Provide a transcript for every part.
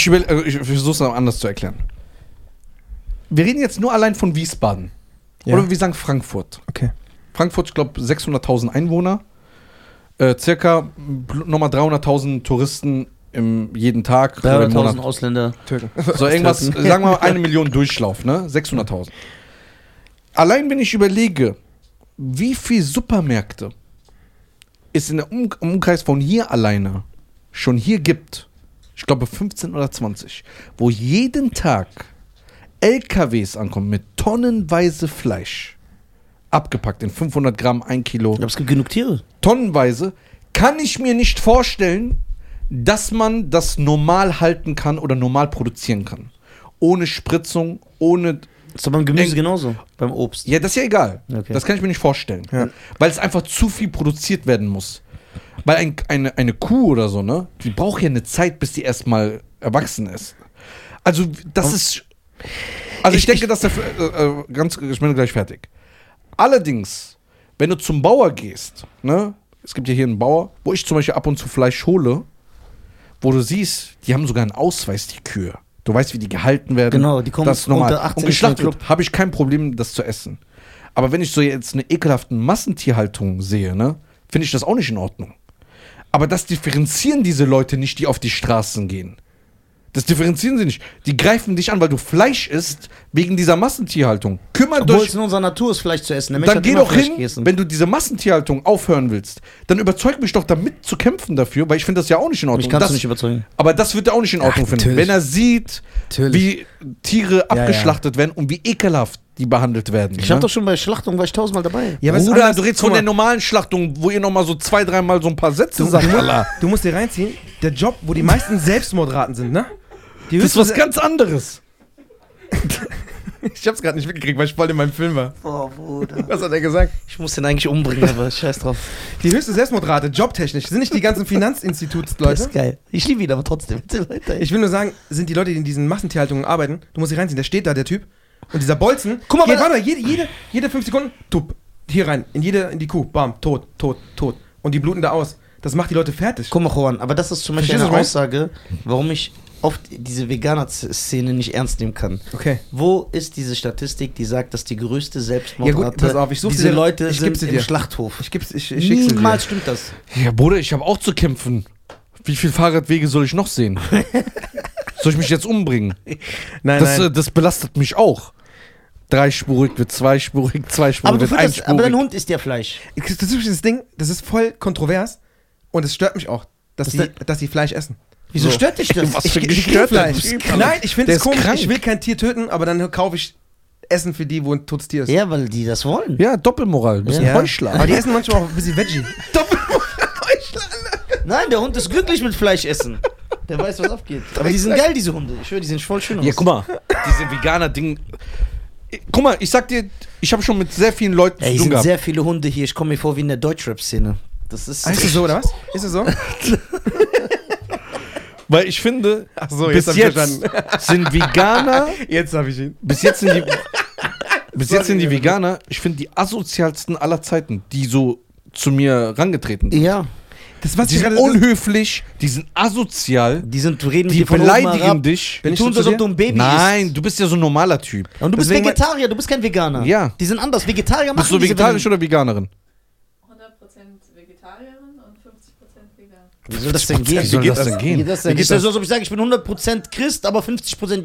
Ich, überle- äh, ich versuche es anders zu erklären. Wir reden jetzt nur allein von Wiesbaden. Ja. Oder wir sagen Frankfurt. Okay. Frankfurt, ich glaube, 600.000 Einwohner. Äh, circa bl- nochmal 300.000 Touristen im, jeden Tag. oder im 300.000 Monat. Ausländer. Türken. So irgendwas, sagen wir mal, eine Million Durchlauf, ne? 600.000. Allein wenn ich überlege, wie viele Supermärkte es in der um im Umkreis von hier alleine schon hier gibt, ich glaube 15 oder 20, wo jeden Tag LKWs ankommen mit tonnenweise Fleisch, abgepackt in 500 Gramm, 1 Kilo, Aber es gibt genug Tiere. tonnenweise, kann ich mir nicht vorstellen, dass man das normal halten kann oder normal produzieren kann. Ohne Spritzung, ohne. Das ist aber beim Gemüse Eng- genauso. Beim Obst. Ja, das ist ja egal. Okay. Das kann ich mir nicht vorstellen. Ja. Weil es einfach zu viel produziert werden muss. Weil ein, eine, eine Kuh oder so, ne? Die braucht ja eine Zeit, bis die erstmal erwachsen ist. Also, das ist. Also, ich, Ich- denke, dass der. Äh, äh, ganz, ich bin gleich fertig. Allerdings, wenn du zum Bauer gehst, ne? Es gibt ja hier einen Bauer, wo ich zum Beispiel ab und zu Fleisch hole, wo du siehst, die haben sogar einen Ausweis, die Kühe. Du weißt, wie die gehalten werden. Genau, die kommen das ist normal. unter und 18 nicht in den geschlachtet wird, habe ich kein Problem, das zu essen. Aber wenn ich so jetzt eine ekelhafte Massentierhaltung sehe, ne, finde ich das auch nicht in Ordnung. Aber das differenzieren diese Leute nicht, die auf die Straßen gehen. Das differenzieren sie nicht. Die greifen dich an, weil du Fleisch isst, wegen dieser Massentierhaltung. Kümmert Obwohl euch es in unserer Natur ist, Fleisch zu essen. Der Mensch dann hat geh immer doch Fleisch hin, gegessen. wenn du diese Massentierhaltung aufhören willst, dann überzeug mich doch damit zu kämpfen dafür, weil ich finde das ja auch nicht in Ordnung. Mich kannst das, du nicht überzeugen. aber das wird er auch nicht in Ordnung Ach, finden. natürlich. Wenn er sieht, Natürlich. wie Tiere ja. abgeschlachtet werden und wie ekelhaft die behandelt werden. ne? Ich hab doch schon bei Schlachtung, war ich tausendmal dabei. Ja, aber es ist Bruder, anders- du redest guck von mal, der normalen Schlachtung, wo ihr nochmal so zwei, dreimal so ein paar Sätze du, sagt. du, Allah. musst, du musst dir reinziehen, der Job, wo die meisten Selbstmordraten sind, ne? Die Das ist höchsten was Se- ganz anderes. Ich hab's gerade nicht mitgekriegt, weil ich voll in meinem Film war. Boah, Oh, Bruder. Was hat er gesagt? Ich muss den eigentlich umbringen, aber scheiß drauf. Die höchste Selbstmordrate, jobtechnisch, sind nicht die ganzen Das Finanzinstitutsleute. ist geil. Ich liebe ihn aber trotzdem. Erzähl weiter, ey. Ich will nur sagen, sind die Leute, die in diesen Massentierhaltungen arbeiten, du musst dich reinziehen, der steht da, der Typ. Und dieser Bolzen. Guck mal, geht, wenn- warte, jede, jede, jede fünf Sekunden, tup, hier rein, in jede, in die Kuh, bam, tot, tot, tot. Und die bluten da aus. Das macht die Leute fertig. Guck mal, Juan, aber das ist zum Beispiel Verstehst eine du, was Aussage, warum ich oft diese Veganer-Szene nicht ernst nehmen kann. Okay. Wo ist diese Statistik, die sagt, dass die größte Selbstmordrate Ja gut, pass auf, ich such diese dir- Leute ich sind geb sie im dir. Schlachthof? Ich gib's, ich, ich schick's dir. Niemals stimmt das. Ja, Bruder, ich habe auch zu kämpfen. Wie viele Fahrradwege soll ich noch sehen? soll ich mich jetzt umbringen? Nein, Das, äh, nein. das belastet mich auch. Dreispurig wird zweispurig, zweispurig Aber, wird du fütterst, einspurig. aber dein Hund isst ja Fleisch. Das ist das Ding, das ist voll kontrovers und es stört mich auch, dass, Was die, dass die Fleisch essen. Wieso So. stört dich das? Was Ich- für ein ich- gestörter Fleisch. Typ. Nein, ich finde Der es ist komisch. krank. Ich will kein Tier töten, aber dann kaufe ich Essen für die, wo ein totes Tier ist. Ja, weil die das wollen. Ja, Doppelmoral. Du bist Ja. ein Heuchler. Aber die essen manchmal auch ein bisschen Veggie. Nein, der Hund ist glücklich mit Fleisch essen. Der weiß, was abgeht. Aber die sind geil, diese Hunde. Ich höre, die sind voll schön. Ja, aus. guck mal, diese Veganer-Ding. Guck mal, ich sag dir, ich habe schon mit sehr vielen Leuten zu Ey, hier tun sind gehabt. sehr viele Hunde hier. Ich komme mir vor wie in der Deutschrap-Szene. Das ist. Ah, Ist das so, oder was? Ist das so? weil ich finde, Ach so, bis hab jetzt sind Veganer, Jetzt habe ich ihn. bis jetzt sind die, bis Sorry. jetzt sind die Veganer, ich finde die asozialsten aller Zeiten, die so zu mir rangetreten sind. Ja, Das, was Die ich sind gerade... unhöflich, die sind asozial, die sind reden die mit dir von oben herab. beleidigen dich. Bin Die ich tun so so, als zu ob du ein Baby Nein, du bist ja so ein normaler Typ. isst. Und du bist Deswegen- Vegetarier, du bist kein Veganer. Ja. Die sind anders. Vegetarier machen Bist du diese vegetarisch Wendungen. oder Veganerin? 100% Vegetarierin und 50% vegan. Wie soll das denn gehen? Wie soll geht das das? denn Wie geht gehen? das denn? Wie geht Ist das das? so, als ob ich sage, ich bin 100% Christ, aber 50%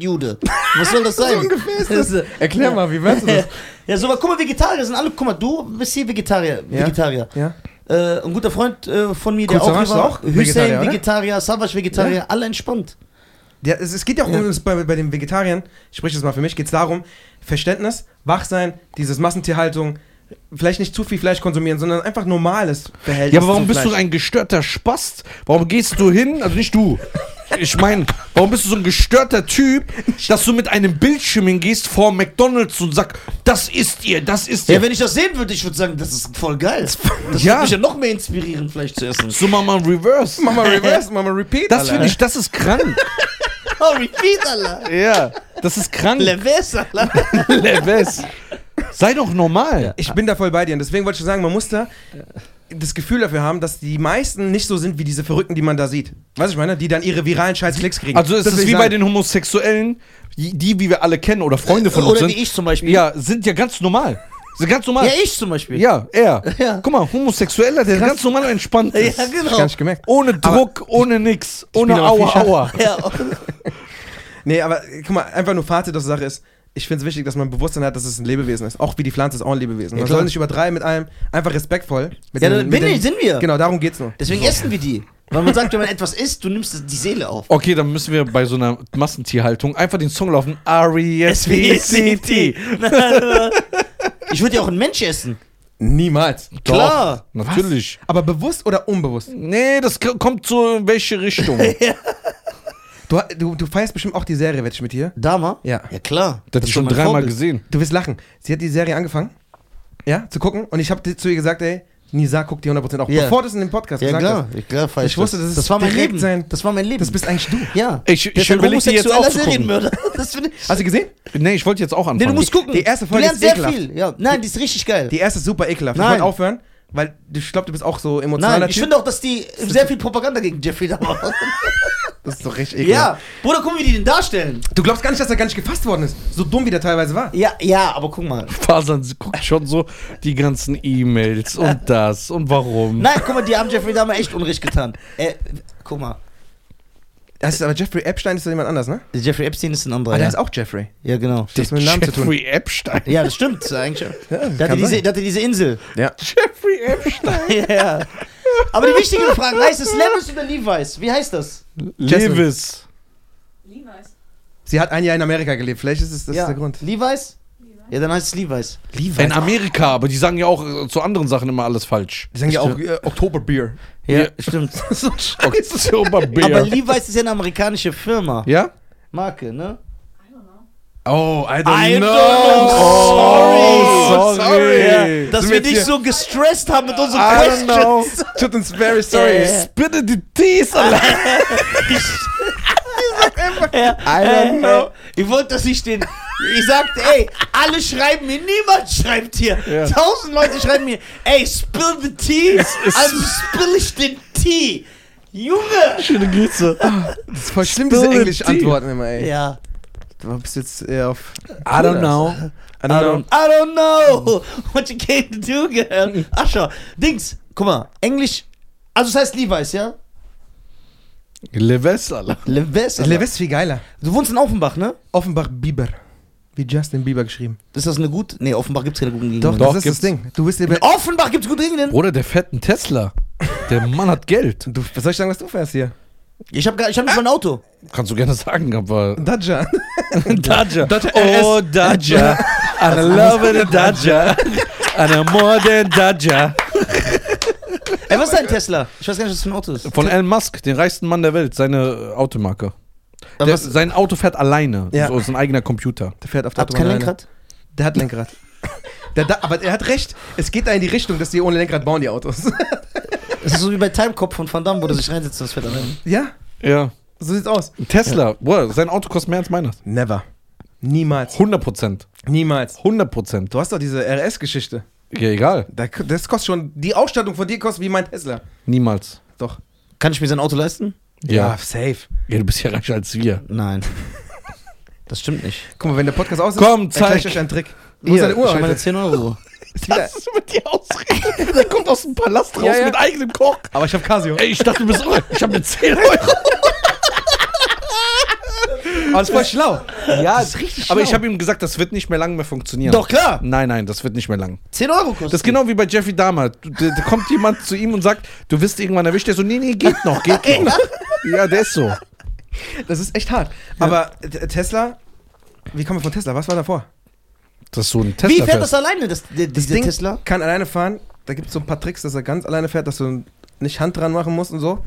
Jude. Was soll das sein? ungefähr ist das. ist- Erklär mal, wie meinst du das? Ja, so, aber guck mal, Vegetarier sind alle. Guck mal, du bist hier Vegetarier. Ja. Vegetarier. Ja. Äh, ein guter Freund äh, von mir, der Kurz auch hier Savas war, ist auch Hussein Vegetarier, Vegetarier, oder? Savas Vegetarier, Ja. alle entspannt. Ja, es, es geht ja auch Ja. um, bei, bei den Vegetariern, ich spreche das mal für mich, geht es darum, Verständnis, Wachsein, dieses Massentierhaltung, vielleicht nicht zu viel Fleisch konsumieren, sondern einfach normales Verhältnis. Ja, aber warum zum bist du Fleisch. ein gestörter Spast? Warum gehst du hin? Also nicht du. Ich meine, warum bist du so ein gestörter Typ, dass du mit einem Bildschirm hingehst vor McDonalds und sagst, das ist ihr, das ist Ja, ihr. wenn ich das sehen würde, ich würde sagen, das ist voll geil. Das Ja. würde mich ja noch mehr inspirieren, Fleisch zu essen. so mach mal Reverse. Mach mal Reverse, mach mal Repeat. Das Alter. finde ich, das ist krank. Oh, repeat, Allah. ja, das ist krank. Leves, Allah. Leves. Sei doch normal. Ich bin da voll bei dir und deswegen wollte ich schon sagen, man muss da das Gefühl dafür haben, dass die meisten nicht so sind wie diese Verrückten, die man da sieht. Weißt du, ich meine? Die dann ihre viralen Scheiß-Klicks kriegen. Also es Das will ist ich wie sagen. bei den Homosexuellen, die, die, wie wir alle kennen oder Freunde von uns Oder sind, wie ich zum Beispiel. ja, sind ja ganz normal. Sind ganz normal. Ja, ich zum Beispiel. Ja, er. Ja. Guck mal, Homosexueller, der ganz normal entspannt ist. Ja, Hab ich genau. gar nicht gemerkt. Ohne Druck, ohne nix, ohne spielen aber viel Aua, Schach. Aua. Ja. Nee, aber äh, guck mal, einfach nur Fazit der Sache ist, ich finde es wichtig, dass man Bewusstsein hat, dass es ein Lebewesen ist. Auch wie die Pflanze ist auch ein Lebewesen. Ja, man klar. soll nicht übertreiben mit allem, einfach respektvoll. Mit Ja, den- dann mit bin den- ich, sind wir. Genau, darum geht's nur. Deswegen essen wir die. Weil man sagt, wenn man etwas isst, du nimmst die Seele auf. Okay, dann müssen wir bei so einer Massentierhaltung einfach den Song laufen. E R-E-S-P-C-T. Ich würde ja auch einen Mensch essen. Niemals. Klar. Natürlich. Aber bewusst oder unbewusst? Nee, das k- kommt so in welche Richtung. Du, du, du feierst bestimmt auch die Serie, wette ich mit dir. Dama? Ja. Ja, klar. das ist schon mein dreimal Vorbild. gesehen. Du wirst lachen. Sie hat die Serie angefangen, ja, zu gucken. Und ich habe zu ihr gesagt, ey, Nisa guckt die 100% auch. Ja. Bevor du es in dem Podcast Ja, gesagt klar. hast. Ja, klar feier Ich wusste, das ist das war mein direkt Leben. sein- Das war mein Leben. Das bist eigentlich du. ja. Ich- Der ist ich überleg die jetzt homosexueller auch zu gucken. Serienmörder. Das finde ich. Hast du gesehen? Nee, ich wollte jetzt auch anfangen. Nee, du musst gucken. die erste Folge du lernst ist sehr ekelhaft. viel. Ja. Nein, die ist richtig geil. Die erste ist super ekelhaft. Ich Nein. wollte aufhören, weil ich glaube, du bist auch so emotional. Nein, ich finde auch, dass die sehr viel Propaganda gegen Jeffrey da machen. das ist doch richtig ja. Bruder, guck mal, wie die den darstellen. Du glaubst gar nicht, dass er gar nicht gefasst worden ist. So dumm, wie der teilweise war. Ja, ja, aber guck mal. Fasern sie guckt schon so die ganzen E-Mails und das und warum. Nein, guck mal, die haben Jeffrey Dahmer echt Unrecht getan. Äh, guck mal, Das ist aber Jeffrey Epstein ist doch jemand anders, ne? der Jeffrey Epstein ist ein anderer. Ah, der ja. ist auch Jeffrey. ja, genau. Das hat mit dem Namen zu tun. Jeffrey Epstein. Ja, das stimmt eigentlich. Der hatte, kann diese, sein. der hatte diese Insel. Ja. Jeffrey Epstein. ja. Aber die wichtigen Fragen, heißt es Levis oder Levi's? Wie heißt das? Jasmine. Levis. Levi's. Sie hat ein Jahr in Amerika gelebt. Vielleicht ist es das ja. ist der Grund. Levi's? Levi's. Ja, dann heißt es Levi's. In Amerika, aber die sagen ja auch äh, zu anderen Sachen immer alles falsch. Die sagen ja auch äh, Oktoberbier. Ja. stimmt. so ein Scheiß. Aber Oktoberbier. Levi's ist ja eine amerikanische Firma. Ja? Marke, ne? I don't know. Oh, I I don't know. Oh, Sorry. sorry. Sorry. Dass Sind wir jetzt dich hier- so gestresst haben mit unseren I don't Questions. know. Tut uns very Ja, sorry. ja, ja. Bitte die Tees allein. Ja. I don't know. Ihr wollt, dass ich den. Ich sagte, ey, alle schreiben mir, niemand schreibt hier. Ja. Tausend Leute schreiben mir, ey, spill the tea, also spill ich den Tee. Junge! Schöne Grüße. Das ist voll schlimm, diese Spill englischen the tea. Antworten immer, ey. Ja. Du bist jetzt eher auf. I don't know. I don't know. I don't know what you came to do, girl. Ascha, Dings, guck mal, Englisch, also es heißt Levi's, ja? Levis allein. Levi's. Alter. Levis ist viel geiler. Du wohnst in Offenbach, ne? Offenbach Bieber. Wie Justin Bieber geschrieben. Ist das eine gute. Nee, Offenbach gibt's keine guten Doch, Gegenden. das ist das gibt's. Ding. Du bist In lieber. Offenbach gibt's gute Gegenden. Bruder, der fährt einen Tesla. Der Mann hat Geld. Du, was soll ich sagen, was du fährst hier? Ich hab, gar- ich hab nicht mal ein Auto. Kannst du gerne sagen, aber. Dajan. Daja. Oh, Daja. I love it, Daja. And I'm more than Daja. Ey, was ist dein Tesla? Ich weiß gar nicht, was das für ein Auto ist. Von Elon Musk, den reichsten Mann der Welt, seine äh, Automarke. Aber Der, was- sein Auto fährt alleine. Ja. So ist ein eigener Computer. Der fährt auf der Habt kein Autobahn alleine. Lenkrad? Der hat Lenkrad. Der da, aber er hat recht. Es geht da in die Richtung, dass die ohne Lenkrad bauen, die Autos. Das ist so wie bei Timecop von Van Damme, wo der sich reinsetzt und das fährt allein. ja, Ja. so sieht's aus. Tesla, boah, sein Auto kostet mehr als meines. Never. Niemals. 100 Prozent. Niemals. 100 Prozent. Du hast doch diese RS-Geschichte. Ja, egal. Da- Das kostet schon, die Ausstattung von dir kostet wie mein Tesla. Niemals. Doch. Kann ich mir sein Auto leisten? Ja. safe. ja, du bist ja reicher als wir. Nein. Das stimmt nicht. Guck mal, wenn der Podcast aus ist, Komm, erkläre ich zeig. euch einen Trick. Wo Hier, ist deine Uhr ich hab meine heute? 10 Euro. Ist wieder- ist mit dir ausreden. Der kommt aus dem Palast raus Ja, ja. mit eigenem Koch. Aber ich habe Casio. Ey, ich dachte, du bist irre. Ich habe eine 10 Euro. Aber das ist voll schlau. Ja, ist richtig aber schlau. ich habe ihm gesagt, das wird nicht mehr lang mehr funktionieren. Doch, klar. Nein, nein, das wird nicht mehr lang. 10 Euro kostet. Das ist genau wie bei Jeffrey Dahmer. Du- Da da kommt jemand zu ihm und sagt, du wirst irgendwann erwischt. Der so, nee, nee, geht noch, geht noch. Ja, der ist so. Das ist echt hart. Aber äh, Tesla, wie kommen wir von Tesla? Was war davor? Das ist so ein Wie Tesla. fährt das alleine, das, der, Das dieser Ding Tesla? kann alleine fahren. Da gibt es so ein paar Tricks, dass er ganz alleine fährt, dass du nicht Hand dran machen musst und so.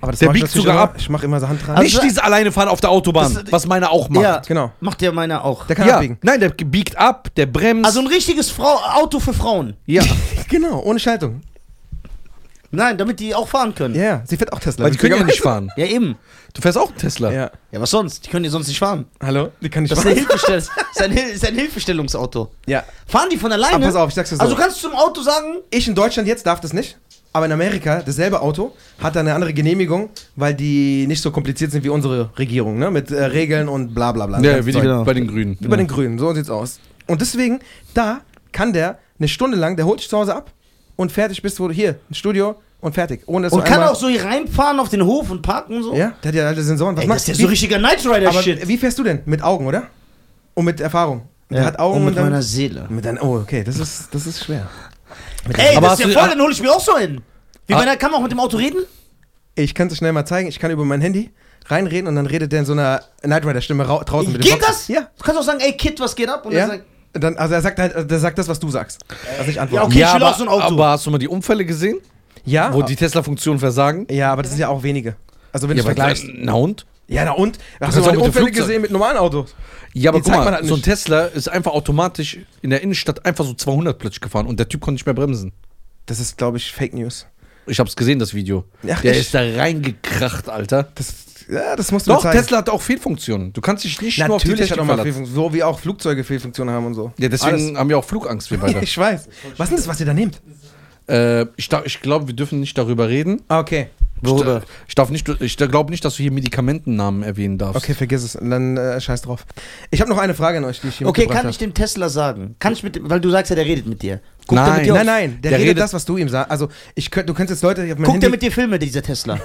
Aber das Der mach ich biegt natürlich sogar immer. ab. Ich mache immer so Hand dran. Also- nicht dieses Alleinefahren auf der Autobahn, Das- was meine auch macht. Ja. Genau. Macht ja meiner auch. Der kann Ja, abbiegen. nein, der biegt ab, der bremst. Also ein richtiges Frau Auto für Frauen. ja, Genau, ohne Schaltung. Nein, damit die auch fahren können. Ja, ja. Sie fährt auch Tesla. weil die können ja nicht fahren. Ja, eben. Du fährst auch einen Tesla. Ja. Ja, was sonst? Die können ja sonst nicht fahren. Hallo? Die kann nicht Das ist fahren. ein, Hilfestell ist ein, Hil ist ein Hilfestellungsauto. Ja. Fahren die von alleine? Aber Ah, pass auf, ich sag's dir so. Also kannst du zum Auto sagen, ich in Deutschland jetzt darf das nicht. Aber in Amerika, dasselbe Auto hat da eine andere Genehmigung, weil die nicht so kompliziert sind wie unsere Regierung, ne? Mit äh, Regeln und bla bla bla. Ja, wie die, Genau. bei den Grünen. Über den Grünen, so sieht's aus. Und deswegen, da kann der eine Stunde lang, der holt dich zu Hause ab und fertig bist du hier, im Studio und fertig. Ohne dass Und du kann einmal- auch so hier reinfahren auf den Hof und parken und so? Ja, der hat ja alle Sensoren. Was Ey, das machst ist ja so wie, richtiger Knight aber Rider-Shit. wie fährst du denn? Mit Augen, oder? Und mit Erfahrung. Der Ja, hat Augen und und, Oh, mit dann. meiner Seele. mit deinen, oh, okay, das ist, das ist schwer. Mit Ey, Aber hast das ist ja du- voll, dann hole ich mir auch so einen. Wie Ah. meiner, kann man auch mit dem Auto reden? Ich kann es schnell mal zeigen. Ich kann über mein Handy reinreden und dann redet der in so einer Knight Rider Stimme ra draußen mit dem Geht Boxer. das? Ja. Du kannst auch sagen, ey Kid, was geht ab? Und ja. dann sagt, Dann, also er sagt halt, der sagt das, was du sagst. Also ich Ja, antworte. okay, ich ja, will aber, auch so ein Auto. aber hast du mal die Unfälle gesehen, Ja, wo die Tesla-Funktionen versagen? ja, aber das sind ja auch wenige. Also wenn Ja, du aber vergleichst. na und? Ja, na und? Hast kannst du mal auch die mit dem Unfälle Flugzeug. gesehen mit normalen Autos? Ja, aber Die guck zeigt mal, man halt so ein nicht. Tesla ist einfach automatisch in der Innenstadt einfach so 200 plötzlich gefahren und der Typ konnte nicht mehr bremsen. Das ist, glaube ich, Fake News. Ich hab's gesehen, das Video. Ach, der ich- ist da reingekracht, Alter. Das, ja, das musst du mir Doch, zeigen. Tesla hat auch Fehlfunktionen. Du kannst dich nicht nur auf die Natürlich hat Technik auch mal verlassen. Fehlfunktionen, so wie auch Flugzeuge Fehlfunktionen haben und so. Ja, deswegen haben wir auch Flugangst, wir Alles. beide. Ich weiß. Was ist das, was ihr da nehmt? äh, ich da- ich glaube, wir dürfen nicht darüber reden. Ah, okay. Ich, ich darf nicht, ich glaube nicht, dass du hier Medikamentennamen erwähnen darfst. Okay, vergiss es. Dann äh, scheiß drauf. Ich habe noch eine Frage an euch, die ich hier okay, mitgebracht kann ich dem Tesla sagen? Kann ich mit dem, weil du sagst ja, der redet mit dir. Guckt der Nein. mit dir, Nein, auf, nein, der, Der redet, redet- das, was du ihm sagst. Also, ich könnt, du könntest jetzt Leute auf mein Guckt Handy- der mit dir Filme, dieser Tesla?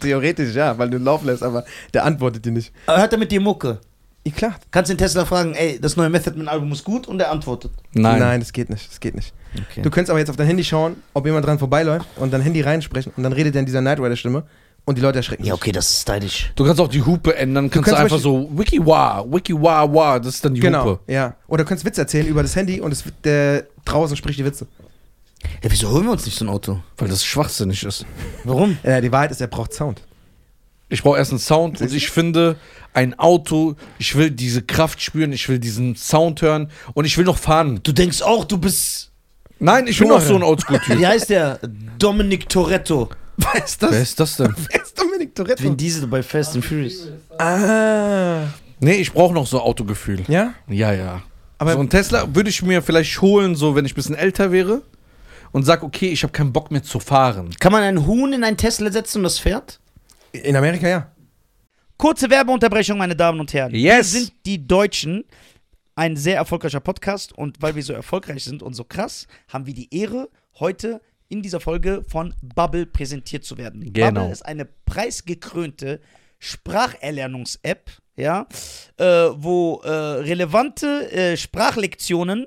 Theoretisch, ja, weil du ihn laufen lässt, aber der antwortet dir nicht. Hört er mit dir Mucke? Ja, klar. Kannst den Tesla fragen, ey, das neue Method Man Album ist gut und er antwortet. Nein. Nein, das geht nicht, das geht nicht. Okay. Du könntest aber jetzt auf dein Handy schauen, ob jemand dran vorbeiläuft und dein Handy reinsprechen und dann redet er in dieser Night Rider Stimme und die Leute erschrecken. ja, sich. okay, das ist stylisch. Du kannst auch die Hupe ändern, kannst du, kannst einfach so Wiki Wah, Wiki Wah Wah, das ist dann die Genau, Hupe. ja. Oder du könntest Witze erzählen über das Handy und es, der draußen spricht die Witze. Ja, wieso holen wir uns nicht so ein Auto? Weil das schwachsinnig ist. Warum? Ja, die Wahrheit ist, er braucht Sound. Ich brauche erst einen Sound und ich finde ein Auto, ich will diese Kraft spüren, ich will diesen Sound hören und ich will noch fahren. Du denkst auch, du bist. Nein, ich bin Knurre. auch so ein Oldschool-Typ. Wie heißt der? Dominic Toretto. Wer ist Wer ist das denn? Wer ist Dominik Toretto? Vin Diesel bei Fast and Furious. ah. Nee, ich brauche noch so Autogefühl. Ja? Ja, ja. Aber- so ein Tesla würde ich mir vielleicht holen, so wenn ich ein bisschen älter wäre und sag, okay, ich habe keinen Bock mehr zu fahren. Kann man ein Huhn in ein Tesla setzen und das fährt? In Amerika, ja. Kurze Werbeunterbrechung, meine Damen und Herren. Yes. Wir sind die Deutschen. Ein sehr erfolgreicher Podcast und weil wir so erfolgreich sind und so krass, haben wir die Ehre, heute in dieser Folge von Bubble präsentiert zu werden. Genau. Bubble ist eine preisgekrönte Spracherlernungs-App, ja, äh, wo äh, relevante äh, Sprachlektionen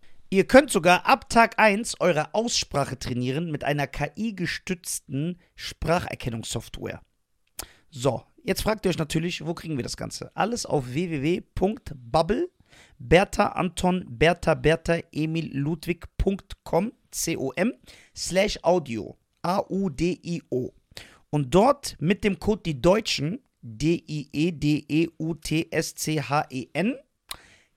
Ihr könnt sogar ab Tag 1 eure Aussprache trainieren mit einer KI-gestützten Spracherkennungssoftware. So, jetzt fragt ihr euch natürlich, wo kriegen wir das Ganze? Alles auf www.bubble, Bertha Anton, Bertha Bertha Emil Ludwig.com, C-O-M, slash Audio, A-U-D-I-O. Und dort mit dem Code die Deutschen, E D-I-E-D-E-U-T-S-C-H-E-N,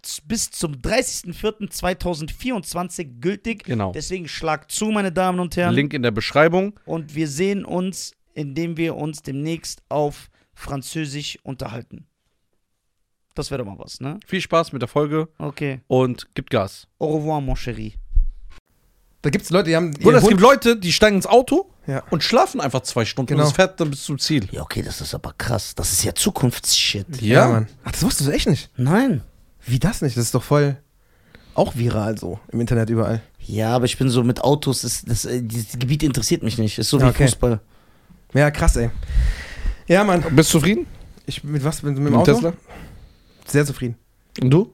z- bis zum 30.04.2024 gültig. Genau. Deswegen schlag zu, meine Damen und Herren. Link in der Beschreibung. Und wir sehen uns, indem wir uns demnächst auf Französisch unterhalten. Das wäre doch mal was, ne? Viel Spaß mit der Folge Okay. und gibt Gas. Au revoir, mon chéri. Da gibt es Leute, die haben. ihren Oder es Hund- gibt Leute, die steigen ins Auto Ja. und schlafen einfach zwei Stunden Genau. und es fährt dann bis zum Ziel. Ja, okay, das ist aber krass. Das ist ja Zukunftsshit. ja, Mann. Ach, das wusstest du echt nicht. Nein. Wie das nicht? Das ist doch voll. Auch viral so. Im Internet überall. Ja, aber ich bin so mit Autos, ist, das, äh, dieses Gebiet interessiert mich nicht. Ist so wie Okay. Fußball. Ja, krass, ey. Ja, Mann. Bist du zufrieden? Ich, mit was? Mit, mit Mit dem dem Auto? Tesla? Sehr zufrieden. Und du?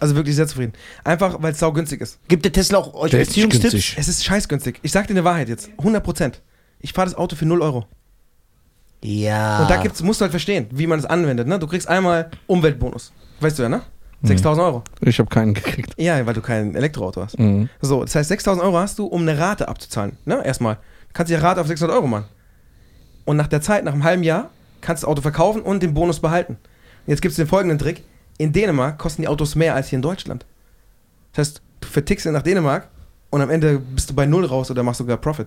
Also wirklich sehr zufrieden. Einfach, weil es saugünstig ist. Gibt der Tesla auch euch Der ist nicht günstig. Beziehungstipps? Es ist scheißgünstig. Ich sag dir eine Wahrheit jetzt. 100%. Ich fahre das Auto für 0 Euro. Ja. Ah. Und da gibt's, musst du halt verstehen, wie man es anwendet. Ne? Du kriegst einmal Umweltbonus. Weißt du ja, ne? 6.000 Euro. Ich habe keinen gekriegt. Ja, weil du kein Elektroauto hast. Mhm. So, das heißt, 6.000 Euro hast du, um eine Rate abzuzahlen. Ne? Erstmal. Du kannst die Rate auf 600 Euro machen. Und nach der Zeit, nach einem halben Jahr, kannst du das Auto verkaufen und den Bonus behalten. Und jetzt gibt's den folgenden Trick. In Dänemark kosten die Autos mehr als hier in Deutschland. Das heißt, du vertickst ihn nach Dänemark und am Ende bist du bei Null raus oder machst sogar Profit.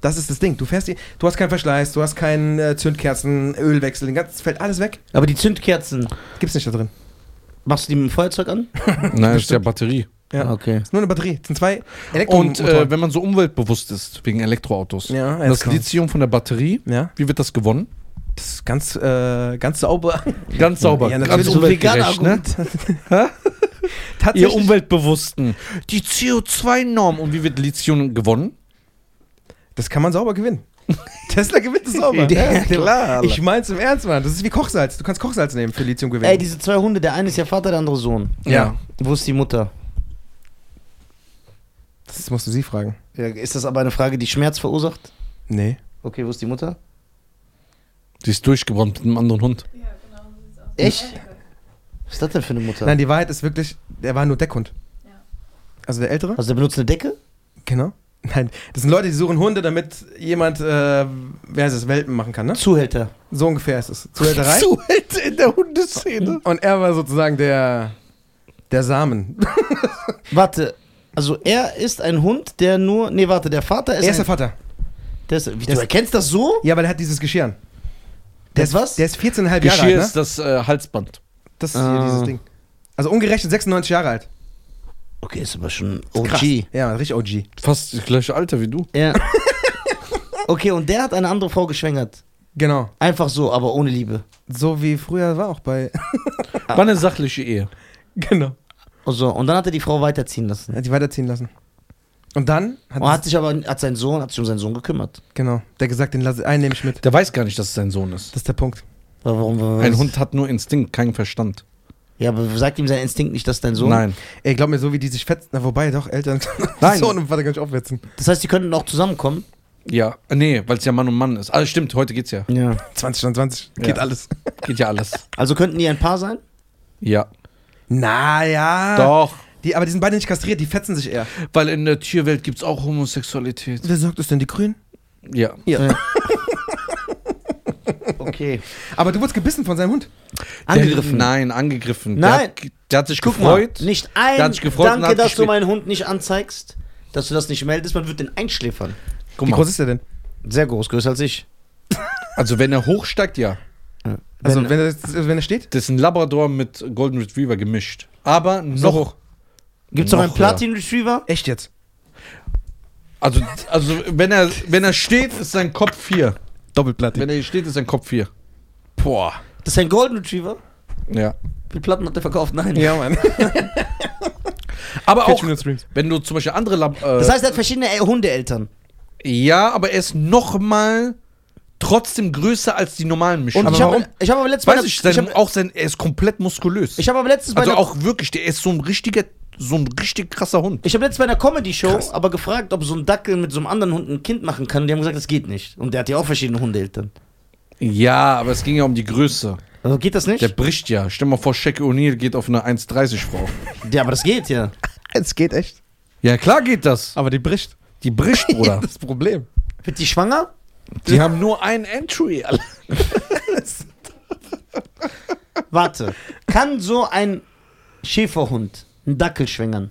Das ist das Ding. Du fährst die, du hast keinen Verschleiß, du hast keinen äh, Zündkerzen, Ölwechsel, den ganzen, fällt alles weg. Aber die Zündkerzen, Gibt's nicht da drin. machst du die mit dem Feuerzeug an? Nein, das ist ja Batterie. Ja. Okay. Ist nur eine Batterie. Das sind zwei Ah, Und Elektromotoren. äh, wenn man so umweltbewusst ist, wegen Elektroautos, Ja, und ja, das klar. Lithium von der Batterie, ja. wie wird das gewonnen? Das ist ganz, äh, ganz sauber. Ganz sauber, Ja, ganz natürlich. So vegan umweltgerecht, ne? Argument. Ihr Tatsächlich. Umweltbewussten, die CO2-Norm. Und wie wird Lithium gewonnen? das kann man sauber gewinnen. Tesla gewinnt es sauber. Ja, klar, Ich mein's im Ernst, Mann. Das ist wie Kochsalz. Du kannst Kochsalz nehmen für Lithium gewinnen. Ey, diese zwei Hunde, der eine ist ja Vater, der andere Sohn. Ja. Wo ist die Mutter? das musst du sie fragen. Ja, Ist das aber eine Frage, die Schmerz verursacht? Nee. Okay, wo ist die Mutter? Die ist durchgebrannt mit einem anderen Hund. Ja, genau, so sieht's aus. Echt? Elke. Was ist das denn für eine Mutter? Nein, die Wahrheit ist wirklich, der war nur Deckhund. Ja. Also der Ältere? Also der benutzt eine Decke? Genau. Nein, das sind Leute, die suchen Hunde, damit jemand, äh, wer ist es, Welpen machen kann, ne? Zuhälter. So ungefähr ist es. Zuhälterei. Zuhälter in der Hundeszene. Und er war sozusagen der, der Samen. Warte, also er ist ein Hund, der nur. Nee, warte, der Vater ist. Er ist der ein, Vater. der ist, der wie, du ist- erkennst das so? Ja, weil er hat dieses Geschirr an. Der Das ist was? Der ist 14,5 Jahre alt, Geschirr ne? ist das äh, Halsband. Das ist Ah. hier dieses Ding. Also umgerechnet 96 Jahre alt. Okay, ist aber schon Krass. OG. Ja, richtig OG. Fast das gleiche Alter wie du. Ja. okay, und der hat eine andere Frau geschwängert. Genau. Einfach so, aber ohne Liebe. So wie früher war auch bei. War eine sachliche Ehe. genau. Also, und dann hat er die Frau weiterziehen lassen. Hat die weiterziehen lassen. Und dann hat, Und hat sich aber hat seinen Sohn, hat sich um seinen Sohn gekümmert. genau, der gesagt, den lasse einen nehme ich mit. Der weiß gar nicht, dass es sein Sohn ist. Das ist der Punkt. Warum? warum- Ein Hund hat nur Instinkt, keinen Verstand. Ja, aber sagt ihm sein Instinkt nicht, dass dein Sohn. Nein. Ey, glaub mir, so wie die sich fetzen. Na, wobei, doch, Eltern. Nein. Sohn und Vater kann ich aufwetzen. Das heißt, die könnten auch zusammenkommen. Ja, nee, weil es ja Mann und Mann ist. Ah, stimmt, heute geht's ja. Ja. 20 und 20. Geht Ja. alles. Geht ja alles. Also könnten die ein Paar sein? Ja. Naja. Doch. Die, aber die sind beide nicht kastriert, die fetzen sich eher. Weil in der Tierwelt gibt's auch Homosexualität. Wer sagt das denn, die Grünen? Ja. Okay. Aber du wurdest gebissen von seinem Hund. Der, Angegriffen. nein, angegriffen. Nein. Der, hat- der hat sich Guck gefreut. mal, nicht ein Der hat sich gefreut und Danke, hat dass du gespielt. meinen Hund nicht anzeigst, dass du das nicht meldest. Man wird den einschläfern. Guck Wie mal. groß ist der denn? Sehr groß, größer als ich. Also wenn er hochsteigt, ja. Also, Wenn- wenn, er, wenn er steht? Das ist ein Labrador mit Golden Retriever gemischt. Aber noch. hoch. Gibt's noch Noch einen Platin Retriever? Echt jetzt? Also, also wenn, er, wenn er steht, ist sein Kopf 4. Doppelplatin. Wenn er hier steht, ist sein Kopf 4. Boah. Das ist ein Golden Retriever. Ja. Wie viel Platten hat der verkauft? Nein. Ja, Mann. Aber auch, 400 Streams. wenn du zum Beispiel andere Lab äh, Das heißt, er hat verschiedene El- Hundeeltern. Ja, aber er ist nochmal trotzdem größer als die normalen Mischungen. Und Aber ich warum? habe ich hab aber letztens Weiß einer- ich, sein, ich hab, auch sein, er ist komplett muskulös. ich hab aber letztens bei also einer, auch wirklich, der ist so ein richtiger, so ein richtig krasser Hund. ich hab letztens bei einer Comedy Show aber gefragt, ob so ein Dackel mit so einem anderen Hund ein Kind machen kann. Und die haben gesagt, das geht nicht. Und der hat ja auch verschiedene Hundeeltern. Ja, aber es ging ja um die Größe. Also geht das nicht? Der bricht ja. Stell mal vor, Shaq O'Neal geht auf eine 1,30 Frau. ja, aber das geht ja. Es geht echt. Ja, klar geht das. Aber die bricht. Die bricht, Bruder. Das Problem. Wird die schwanger? die haben nur ein Entry. Alter. Warte, kann so ein Schäferhund einen Dackel schwängern?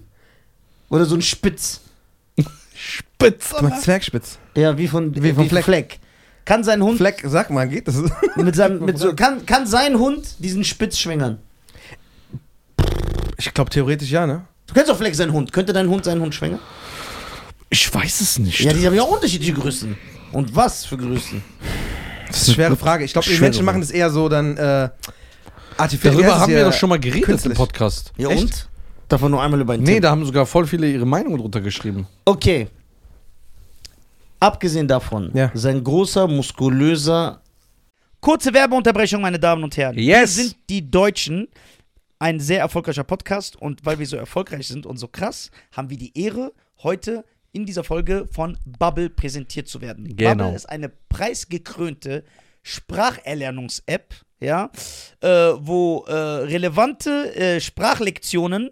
Oder so ein Spitz? Spitz, Du meinst Zwergspitz. Ja, wie von, Wie von Fleck. Kann sein Hund Fleck, sag mal, geht das? mit seinem, mit so, kann, kann sein Hund diesen Spitz schwängern? Ich glaube theoretisch ja, ne? Du kennst doch Fleck seinen Hund. Könnte dein Hund seinen Hund schwängern? Ich weiß es nicht. Ja, die haben ja auch unterschiedliche Größen. Und was für Größen? Das ist eine schwere Frage. Ich glaube, die Schwere Menschen machen das eher so dann äh, artifiziell. Darüber Das ist haben wir ja doch schon mal geredet künstlich. im Podcast. Ja, Echt? und? Davon nur einmal über einen Nee, Tipp. da haben sogar voll viele ihre Meinung drunter geschrieben. Okay. Abgesehen davon, Ja. sein großer, muskulöser Kurze Werbeunterbrechung, meine Damen und Herren. Yes. Wir sind die Deutschen. Ein sehr erfolgreicher Podcast und weil wir so erfolgreich sind und so krass, haben wir die Ehre, heute in dieser Folge von Bubble präsentiert zu werden. Genau. Bubble ist eine preisgekrönte Spracherlernungs-App, ja, äh, wo äh, relevante äh, Sprachlektionen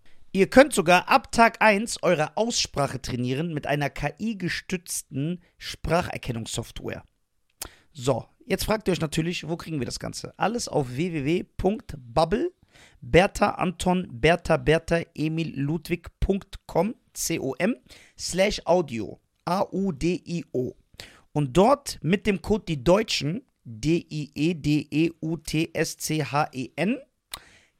Ihr könnt sogar ab Tag 1 eure Aussprache trainieren mit einer KI-gestützten Spracherkennungssoftware. So, jetzt fragt ihr euch natürlich, wo kriegen wir das Ganze? Alles auf www.bubble, Bertha Anton, Bertha Bertha Emil Ludwig.com, C-O-M, slash Audio, A-U-D-I-O. Und dort mit dem Code die Deutschen, E D-I-E-D-E-U-T-S-C-H-E-N,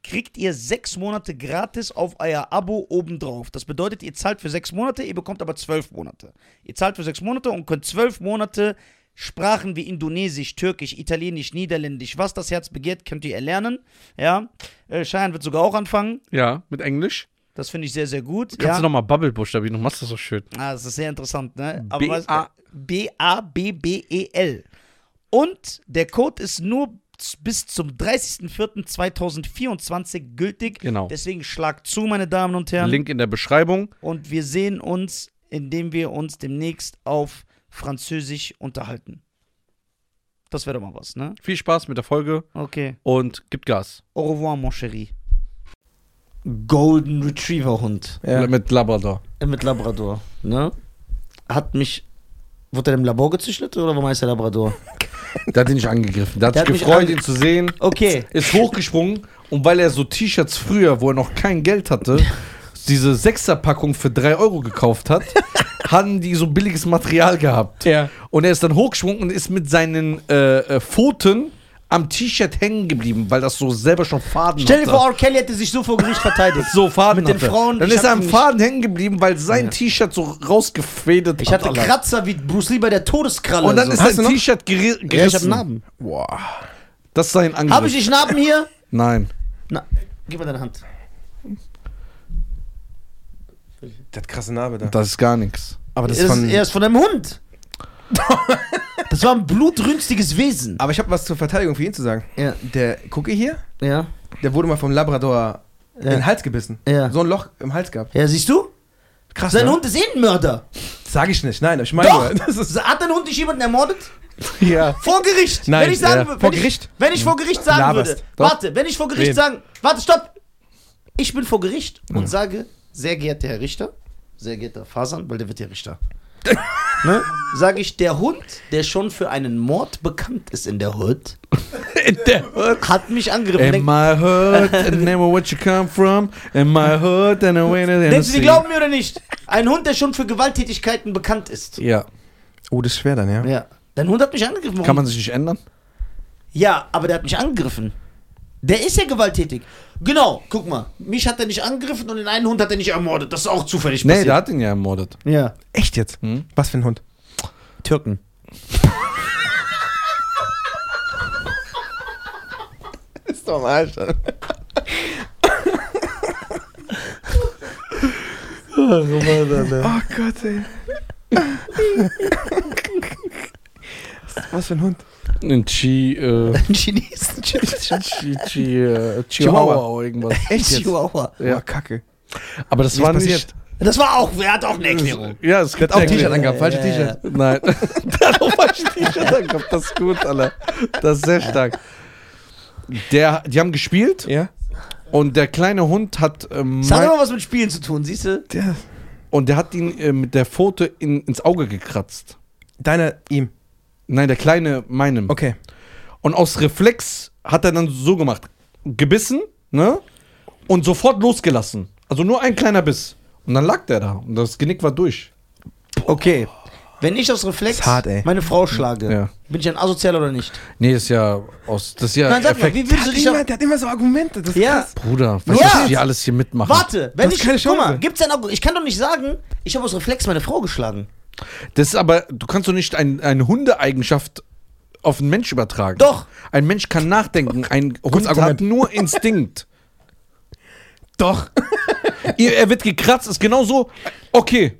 kriegt ihr sechs Monate gratis auf euer Abo obendrauf. Das bedeutet, ihr zahlt für sechs Monate, ihr bekommt aber zwölf Monate. Ihr zahlt für sechs Monate und könnt zwölf Monate Sprachen wie Indonesisch, Türkisch, Italienisch, Niederländisch, was das Herz begehrt, könnt ihr erlernen. Ja, äh, Cheyenne wird sogar auch anfangen. Ja, mit Englisch. Das finde ich sehr, sehr gut. Kannst ja. du nochmal Bubble buchstabieren, du machst das so schön. Ah, das ist sehr interessant, ne? B- weißt du, A- B-A-B-B-E-L. E Und der Code ist nur z- bis zum 30.04.2024 gültig. Genau. Deswegen schlagt zu, meine Damen und Herren. Link in der Beschreibung. Und wir sehen uns, indem wir uns demnächst auf Französisch unterhalten. Das wäre doch mal was, ne? Viel Spaß mit der Folge Okay. und gib Gas. Au revoir, mon chéri. Golden Retriever Hund. Ja. Mit Labrador. mit Labrador, ne? Hat mich. Wurde er im Labor gezüchtet oder war meist der Labrador? Der hat ihn nicht angegriffen. Der hat Der sich hat mich gefreut, ange- ihn zu sehen. Okay. Ist hochgesprungen und weil er so T-Shirts früher, wo er noch kein Geld hatte, diese Sechserpackung für 3 Euro gekauft hat, haben die so billiges Material gehabt. Ja. Und er ist dann hochgesprungen und ist mit seinen äh, äh, Pfoten am T-Shirt hängen geblieben, weil das so selber schon Faden Stell dir hatte. vor, R. Kelly hätte sich so vor Gericht verteidigt. so Faden mit den hatte. Frauen, Dann ich ist er hab am ihn- Faden hängen geblieben, weil sein T-Shirt so rausgefädelt Ich hatte hat. Alter. Kratzer wie Bruce Lee bei der Todeskralle. Und dann so. ist Hast du sein noch? T-Shirt geri- gerissen. ja, ich hab Narben. Boah. Das ist sein Angriff. Habe ich die Narben hier? Nein. Na, gib mir deine Hand. Der hat krasse Narbe da. Das ist gar nichts. Aber Das ist er ist von einem Hund. das war ein blutrünstiges Wesen. Aber ich habe was zur Verteidigung für ihn zu sagen. Ja, Der Cookie hier, ja, der wurde mal vom Labrador in den Hals gebissen. Ja. So ein Loch im Hals gehabt. ja. Siehst du? Krass. Sein ne? Hund ist eh ein Mörder. Sag ich nicht. Nein, ich meine. Doch! nur, Das ist Hat dein Hund nicht jemanden ermordet? Ja. Vor Gericht. Nein, wenn ich ja. sagen, wür- wenn Vor ich, Gericht? Wenn ich vor Gericht sagen Laberst. würde, Doch. warte, wenn ich vor Gericht Wen? sagen, warte, stopp. Ich bin vor Gericht und sage, sehr geehrter Herr Richter, sehr geehrter Fasan, weil der wird ja Richter. ne? Sage ich, der Hund, der schon für einen Mord bekannt ist in der Hood, hat mich angegriffen. In Denk, my hood, and never where you come from. In my hood, and away to denken Sie, die glauben mir oder nicht? Ein Hund, der schon für Gewalttätigkeiten bekannt ist. Ja. oh, das ist schwer dann, ja. Ja. Dein Hund hat mich angegriffen. Warum? Kann man sich nicht ändern? Ja, aber der hat mich angegriffen. Der ist ja gewalttätig. Genau, guck mal. Mich hat er nicht angegriffen und den einen Hund hat er nicht ermordet. Das ist auch zufällig Nee, passiert. der hat ihn ja ermordet. ja. Echt jetzt? Hm? Was für ein Hund? Türken. Ist doch mal Alter. Oh Gott, ey. Was für ein Hund? Ein Chi, äh, Ein Chinesen. Chi, Chi, äh, Chihuahua. Chihuahua oder irgendwas. Echt jetzt? Chihuahua. Ja. Oh, Kacke. Aber das Nicht war passiert. nicht. Das war auch, er hat auch Äh, eine Erklärung. Ja, es gibt Hat auch eigentlich- T-Shirt angehabt, falsche Ja. T-Shirt. Nein. der hat auch falsche T-Shirt angehabt. Das ist gut, Alter. Das ist sehr stark. Der, die haben gespielt Ja? und der kleine Hund hat. Ähm, Das hat mein- immer was mit Spielen zu tun, siehst du? Der. und der hat ihn äh, mit der Pfote in, ins Auge gekratzt. Deiner, ihm. Nein, der kleine meinem. Okay. Und aus Reflex hat er dann so gemacht. Gebissen, ne? Und sofort losgelassen. Also nur ein kleiner Biss. Und dann lag der da. Und das Genick war durch. Okay. Wenn ich aus Reflex Ist hart, ey. meine Frau schlage, Ja. bin ich ein Asozial oder nicht? Nee, ist ja aus. Das ist ja Nein, sag mal, Effekt. wie Der würdest du hat, dich. immer, da- der hat immer so Argumente. Das ist Ja, krass. Bruder, was Ja. ja. die alles hier mitmachen? warte, wenn Das ich. ist keine Guck mal, Chance. gibt's ein Argument? Ich kann doch nicht sagen, ich habe aus Reflex meine Frau geschlagen. Das ist aber, du kannst doch nicht ein, eine Hundeeigenschaft auf einen Mensch übertragen. Doch. Ein Mensch kann nachdenken. Ein Hund hat Argument. nur Instinkt. Doch. Ihr- er wird gekratzt, ist genauso. Okay,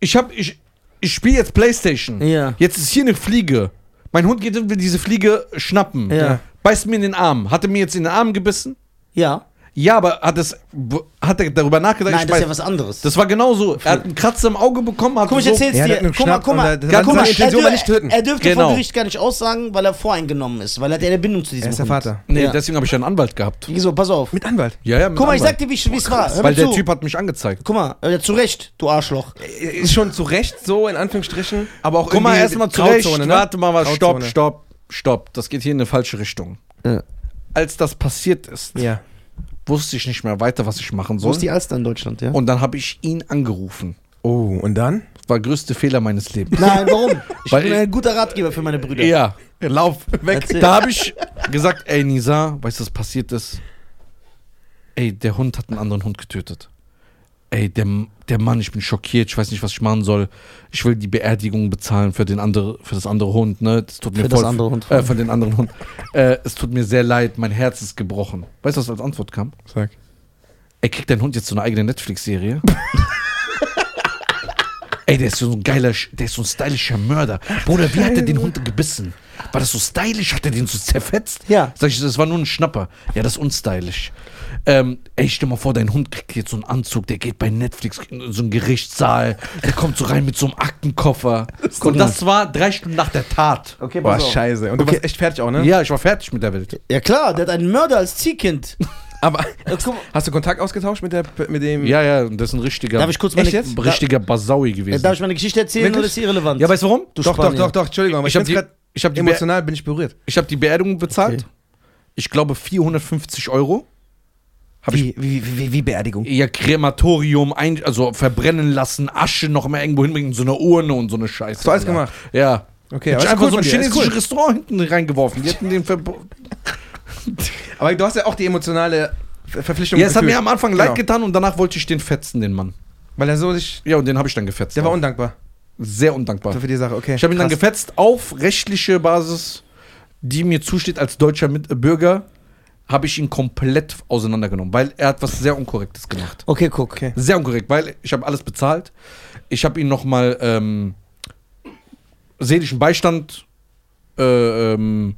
ich hab, ich, ich spiele jetzt Playstation. Ja. Jetzt ist hier eine Fliege. Mein Hund geht und will diese Fliege schnappen. Ja. Beißt mir in den Arm. Hat er mir jetzt in den Arm gebissen? Ja. Ja, aber hat, es, hat er darüber nachgedacht? Nein, Ich das ist beiß- ja was anderes. Das war genauso. Er hat einen Kratzer im Auge bekommen. Hat Guck mal, ich so, erzähl's Ja, der dir. hat nur Guck mal, geschnappt guck und mal. da- guck seine mal, Intention er, war nicht töten. Er dürfte Genau. vor Gericht gar nicht aussagen, weil er voreingenommen ist, weil er hat ja eine Bindung zu diesem Er ist der Hund. Vater. Nee, Ja. deswegen habe ich einen Anwalt gehabt. Wieso, pass auf. Mit Anwalt. Ja, ja, mit Guck mal, ich Anwalt. sag dir, wie es war. Hör mir Weil der zu. Typ hat mich angezeigt. Guck mal, äh, zu Recht, du Arschloch. Ist schon zu Recht so, in Anführungsstrichen. Aber auch Guck mal, erstmal zurecht. Grauzone, ne? Warte mal, was. Stopp, Grauzone. stopp, stopp. Das geht hier in eine falsche Richtung. Ja. Als das passiert ist, Ja. wusste ich nicht mehr weiter, was ich machen Wo soll. ist die Alster in Deutschland, ja? Und dann habe ich ihn angerufen. Oh, und dann? War größte Fehler meines Lebens. Nein, warum? Ich Weil bin ich- ein guter Ratgeber für meine Brüder. ja. Lauf weg. Erzähl. Da habe ich gesagt, ey Nisa, weißt du, was passiert ist? Ey, der Hund hat einen anderen Hund getötet. Ey, der, der Mann, ich bin schockiert, ich weiß nicht, was ich machen soll. Ich will die Beerdigung bezahlen für, den andere, für das andere Hund, ne? Das tut mir Für voll, das andere Hund. Äh, für den anderen Hund. Äh, es tut mir sehr leid, mein Herz ist gebrochen. Weißt du, was als Antwort kam? Sag. Ey, kriegt dein Hund jetzt so eine eigene Netflix-Serie? Ey, der ist so ein geiler, Sch- der ist so ein stylischer Mörder. Bruder, wie hat er den Hund gebissen? War das so stylisch? Hat er den so zerfetzt? Ja. Sag ich, das war nur ein Schnapper. Ja, das ist unstylisch. Ähm, ey, stell mal vor, dein Hund kriegt jetzt so einen Anzug, der geht bei Netflix in so einen Gerichtssaal, der kommt so rein mit so einem Aktenkoffer. Und das war drei Stunden nach der Tat. Okay, Boah, pass auf. scheiße. Und du warst echt fertig auch, ne? Ja, ich war fertig mit der Welt. Ja klar, der hat einen Mörder als Ziehkind. Aber Äh, guck mal. hast du Kontakt ausgetauscht mit, der, mit dem... Ja, ja, und das ist ein richtiger, Darf ich kurz meine, Echt jetzt? ein richtiger Basaui Äh, gewesen. darf ich meine Geschichte erzählen Wirklich? oder ist sie irrelevant? ja, weißt du warum? du Doch, doch, Spanier. doch, doch, Entschuldigung. Aber ich, Ich hab find's die- grad, ich hab die- emotional bin ich berührt. Ich habe die Beerdigung bezahlt. Okay. Ich glaube 450 Euro. Hab ich wie, wie, wie, wie Beerdigung? ihr Krematorium, ein, also verbrennen lassen, Asche noch mal irgendwo hinbringen, so eine Urne und so eine Scheiße. Hast du alles Alter. gemacht? Ja. Hab Okay, aber ich ist einfach cool so ein von dir, ist chinesisches cool. Restaurant hinten reingeworfen. Die hätten den verboten. Aber du hast ja auch die emotionale Ver- Verpflichtung Ja, es hat gefühlt. mir am Anfang leid Genau. getan und danach wollte ich den fetzen, den Mann. Weil er so sich... Ja, und den habe ich dann gefetzt. Der war auch. undankbar Sehr undankbar. so für die Sache, okay. Ich habe ihn dann Krass. gefetzt auf rechtliche Basis, die mir zusteht als deutscher Mit äh, Bürger, habe ich ihn komplett auseinandergenommen, weil er hat was sehr Unkorrektes gemacht. Okay, guck. Okay. Sehr unkorrekt, weil ich habe alles bezahlt. Ich habe ihn nochmal ähm, seelischen Beistand, äh, ähm,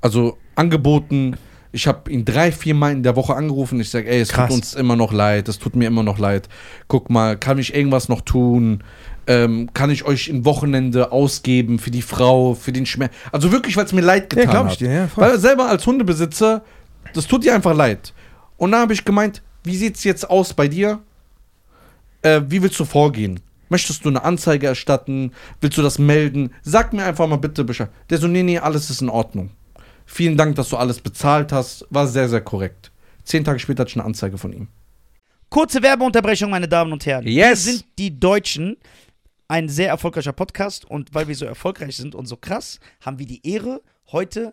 also angeboten. Ich habe ihn drei, vier Mal in der Woche angerufen. Ich sage, ey, es Krass. tut uns immer noch leid, es tut mir immer noch leid. Guck mal, kann ich irgendwas noch tun? Ähm, kann ich euch ein Wochenende ausgeben für die Frau, für den Schmerz? Also wirklich, weil es mir leid getan Ja, glaub ich hat. dir, ja, voll. Weil selber als Hundebesitzer, das tut dir einfach leid. Und dann habe ich gemeint, wie sieht's jetzt aus bei dir? Äh, wie willst du vorgehen? Möchtest du eine Anzeige erstatten? Willst du das melden? Sag mir einfach mal bitte Bescheid. Der so, nee, nee, alles ist in Ordnung. Vielen Dank, dass du alles bezahlt hast. War sehr, sehr korrekt. Zehn Tage später hatte ich eine Anzeige von ihm. Kurze Werbeunterbrechung, meine Damen und Herren. Yes. Wir sind die Deutschen. Ein sehr erfolgreicher Podcast und weil wir so erfolgreich sind und so krass, haben wir die Ehre, heute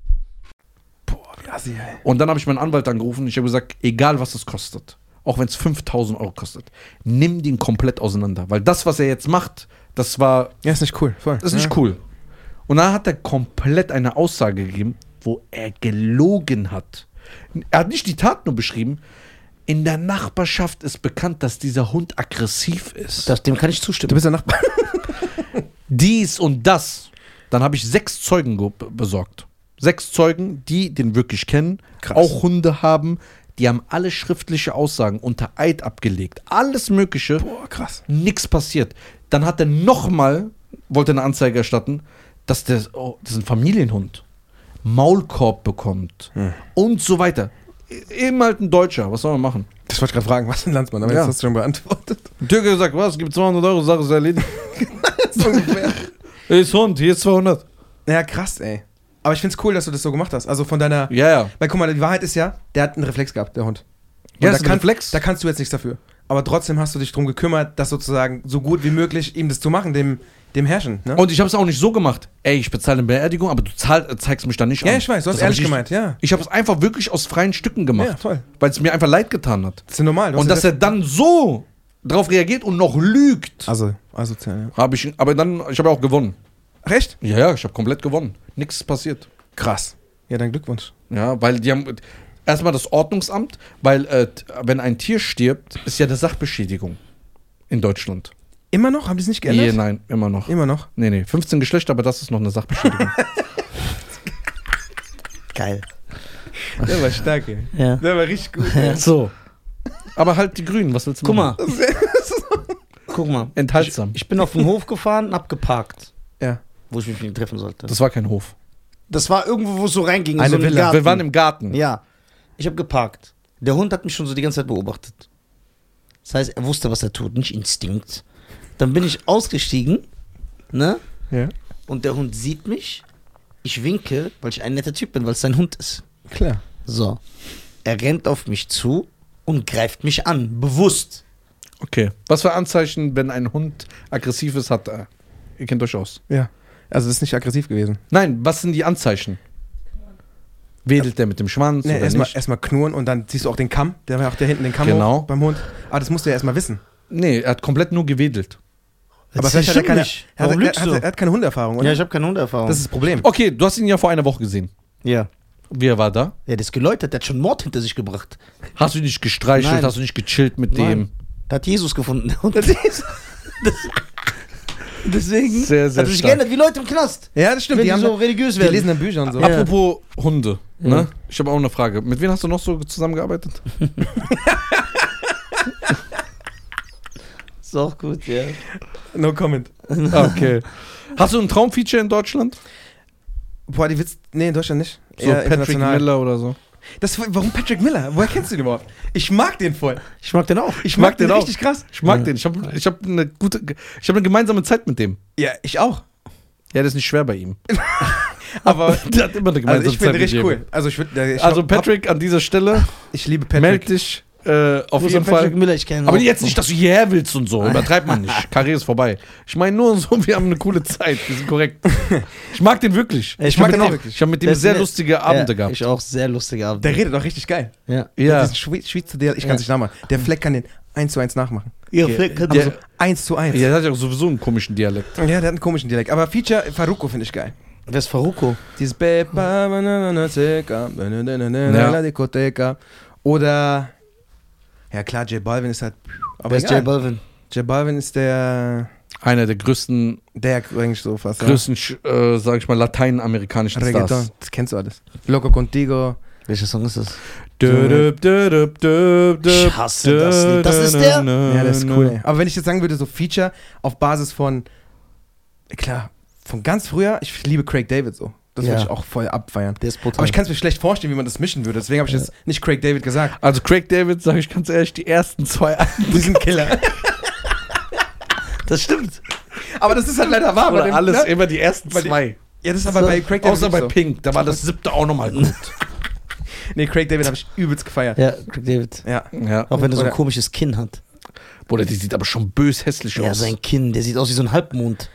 Und dann habe ich meinen Anwalt angerufen und ich habe gesagt, egal was es kostet, auch wenn es 5000 Euro kostet, nimm den komplett auseinander. Weil das, was er jetzt macht, das war, Ja, ist nicht cool. Voll. das ist nicht cool. Und dann hat er komplett eine Aussage gegeben, wo er gelogen hat. Er hat nicht die Tat nur beschrieben. In der Nachbarschaft ist bekannt, dass dieser Hund aggressiv ist. dem kann ich Du zustimmen. bist der Nachbar. dies und das. Dann habe ich sechs Zeugen ge- besorgt. Sechs Zeugen, die den wirklich kennen, auch Hunde haben. Die haben alle schriftliche Aussagen unter Eid abgelegt. Alles Mögliche. Boah, krass. Nichts passiert. Dann hat er nochmal, wollte eine Anzeige erstatten, dass der, oh, das ist ein Familienhund, Maulkorb bekommt und so weiter. E- Eben halt ein Deutscher, was soll man machen? Das wollte ich gerade fragen, was ein Landsmann, aber Ja. jetzt hast du schon beantwortet. Ein Türke hat gesagt, was, gibt 200 Euro, Sache ist erledigt. ist Hund, hier ist 200. Ja, krass, ey. Aber ich find's cool, dass du das so gemacht hast. Also von deiner. Ja, ja. Weil guck mal, die Wahrheit ist ja, der hat einen Reflex gehabt, der Hund. Und Ja, da ist ein kann- Reflex. Da kannst du jetzt nichts dafür. Aber trotzdem hast du dich drum gekümmert, das sozusagen so gut wie möglich ihm das zu machen, dem, dem Herrschen. Ne? Und ich habe es auch nicht so gemacht. Ey, ich bezahle eine Beerdigung, aber du zahl, äh, zeigst mich da nicht ja, an. ich weiß, du hast Das hab ehrlich ich nicht- gemeint, ja. Ich habe es einfach wirklich aus freien Stücken gemacht, Ja, voll. weil es mir einfach leid getan hat. Das ist ja normal. du hast Und ja dass er dann so drauf reagiert und noch lügt, Also, asozial, ja. habe ich. Aber dann, ich habe auch gewonnen. Recht? Ja, ja, ich habe komplett gewonnen. Nichts ist passiert. Krass. Ja, dann Glückwunsch. Ja, weil die haben erstmal das Ordnungsamt, weil äh, t- wenn ein Tier stirbt, ist ja eine Sachbeschädigung in Deutschland. Immer noch? Haben die es nicht geändert? Nee, nein, immer noch. Immer noch. Nee, nee, 15 Geschlechter, aber das ist noch eine Sachbeschädigung. Geil. Der war stark, ey. Ja. Der war richtig gut. so. Aber halt die Grünen, was willst du Guck mal. machen? Guck mal. Enthaltsam. Ich bin auf den Hof gefahren und hab geparkt, Ja. wo ich mich mit ihm treffen sollte. Das war kein Hof. Das war irgendwo, wo es so reinging. in Eine so einen Villa. Garten. Wir waren im Garten. Ja. Ich habe geparkt. Der Hund hat mich schon so die ganze Zeit beobachtet. Das heißt, er wusste, was er tut, nicht Instinkt. Dann bin ich ausgestiegen, ne? Ja. Und der Hund sieht mich. Ich winke, weil ich ein netter Typ bin, weil es sein Hund ist. Klar. So. Er rennt auf mich zu und greift mich an, bewusst. Okay. Was für Anzeichen, wenn ein Hund aggressiv ist, hat er? Ihr kennt euch aus. Ja. Also, das ist nicht aggressiv gewesen. Nein, was sind die Anzeichen? Wedelt der mit dem Schwanz Nee, oder erstmal nicht? erstmal knurren und dann siehst du auch den Kamm. Der war ja auch da hinten den Kamm Genau. hoch beim Hund. Ah, das musst du ja erstmal wissen. Nee, er hat komplett nur gewedelt. Aber das vielleicht hat er keine, nicht. er hat, Warum er, lügst hat, er du? hat keine Hunderfahrung, oder? Ja, ich habe keine Hundeerfahrung. das ist das Problem. Okay, du hast ihn ja vor einer Woche gesehen. ja. Wie er war da? Ja, das geläutert, der hat schon Mord hinter sich gebracht. Hast du ihn nicht gestreichelt? Nein. Hast du nicht gechillt mit Nein. Da hat Jesus gefunden. Und deswegen Sehr, sehr hat es sich stark. geändert, wie Leute im Knast. Ja, das stimmt. Wenn die, so da- religiös die werden. lesen dann Bücher und so. dem? Apropos Hunde. Ne? Ich habe auch eine Frage. Mit wem hast du noch so zusammengearbeitet? Ist auch gut, ja. No comment. Okay. hast du ein Traumfeature in Deutschland? Boah, die Witz. Nee, in Deutschland nicht. So Patrick Miller oder so. Das, warum Patrick Miller? Woher kennst du den überhaupt? Ich mag den voll. Ich mag den auch. Ich mag mag, den den auch. richtig krass. Ich mag den. Ich habe ich hab eine gute, ich habe eine gemeinsame Zeit mit dem. Ja, ich auch. Ja, das ist nicht schwer bei ihm. Aber Der hat immer eine gemeinsame also Zeit ich finde mit richtig jedem. cool. Also ich würde. Also Patrick an dieser Stelle, Ich liebe meld Patrick. dich äh, auf Wo ist jeden der Patrick Fall. Miller, ich kenne ihn Aber auch. jetzt nicht, dass du hierher willst und so. Übertreibt man nicht. Karriere ist vorbei. Ich meine nur so, wir haben eine coole Zeit. Wir sind korrekt. Ich mag den wirklich. Ich hab mag mit den dem- auch. Ich habe mit Der dem ist sehr nett. lustige Abende ja, gehabt. Ich auch, sehr lustige Abende. Der redet auch richtig geil. ja. ja. Diesen Schwe Schweizer Dialekt, ich kann es nicht nachmachen. Der Fleck kann den 1 zu 1 nachmachen. Ihr Fleck hat Der- Also- so- Eins zu eins. ja, der hat ja sowieso einen komischen Dialekt. Ja, der hat einen komischen Dialekt. Aber Feature äh, Faruko finde ich geil. Wer ist Faruko? Dieses Be- ba- ba- na- na- na- Zeka, ba- na- na- na- na- na- Ja. la- Diskotheka. Oder. Ja, klar, J Balvin ist halt. Aber Wer ist egal. J Balvin? J Balvin ist der. einer der größten, Der eigentlich so fast. größten, sch- äh, sag ich mal, lateinamerikanischen Reggaeton. Stars. Das kennst du alles. Loco Contigo. Welcher Song ist das? Dö, dö, dö, dö, dö, Ich hasse das Lied. Das ist der? Ja, das ist Äh, cool. ne. Ey. Aber wenn ich jetzt sagen würde, so Feature auf Basis von, klar, von ganz früher, ich liebe Craig David so. Das Ja. würde ich auch voll abfeiern. Der ist brutal. Aber ich kann es mir schlecht vorstellen, wie man das mischen würde. Deswegen habe ich jetzt nicht Craig David gesagt. Also Craig David, sage ich ganz ehrlich, die ersten zwei Die sind Killer. das stimmt. Aber das ist halt leider wahr. bei oder dem, alles ne? immer die ersten Bei dem- zwei. Ja, das ist aber So. bei Craig David Außer nicht bei so. Pink, da war das siebte auch nochmal gut. Nee, Craig David habe ich übelst gefeiert. Ja, Craig David. Ja. ja. Auch wenn er so ein Oder- komisches Kinn hat. Bruder, die sieht aber schon bös hässlich Ja, aus. sein Kinn, der sieht aus wie so ein Halbmond.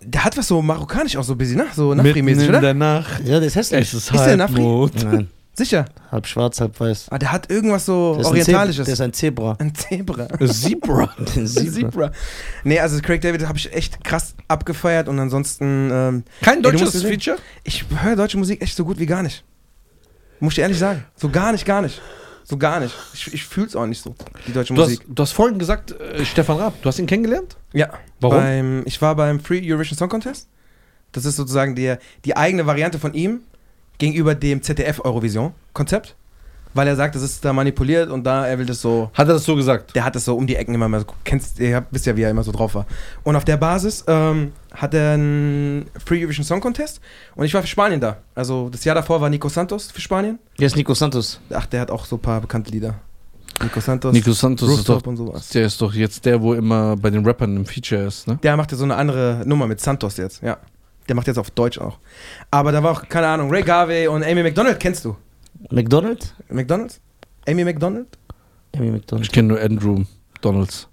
Der hat was so marokkanisch auch so ein bisschen, ne? So Mitten Nafri-mäßig, in oder? der Nacht. Ja, der ist hässlich. ist der Nafri? Nein, Sicher. halb schwarz, halb weiß. Aber der hat irgendwas so Der ist ein Zebra- orientalisches. Der ist ein Zebra. ein Zebra. Zebra. Ein Zebra. Zebra. Nee, also Craig David habe ich echt krass abgefeiert und ansonsten, ähm, Kein du deutsches musst- Feature? ich höre deutsche Musik echt so gut wie gar nicht. Muss ich ehrlich sagen. So gar nicht, gar nicht. So gar nicht. Ich, ich fühl's auch nicht so, die deutsche Du hast, Musik. du hast vorhin gesagt, äh, Stefan Raab, du hast ihn kennengelernt? Ja. Warum? Beim, ich war beim Free Eurovision Song Contest. Das ist sozusagen die, die eigene Variante von ihm gegenüber dem ZDF-Eurovision-Konzept. Weil er sagt, das ist da manipuliert und da, er will das so Hat er das so gesagt? Der hat das so um die Ecken immer mal so, kennst, ihr habt- wisst ja, wie er immer so drauf war. Und auf der Basis ähm, hat er einen Free Eurovision Song Contest und ich war für Spanien da. Also das Jahr davor war Nico Santos für Spanien. Der ist Nico Santos. Ach, der hat auch so ein paar bekannte Lieder. Nico Santos, Nico Santos ist Rooftop doch, und sowas. der ist doch jetzt der, wo immer bei den Rappern im Feature ist, ne? Der macht ja so eine andere Nummer mit Santos jetzt, ja. Der macht jetzt auf Deutsch auch. Aber da war auch, keine Ahnung, Ray Garvey und Amy McDonald kennst du. McDonald? McDonald? Amy McDonald? Amy Ich McDonald. kenne nur Andrew Donalds.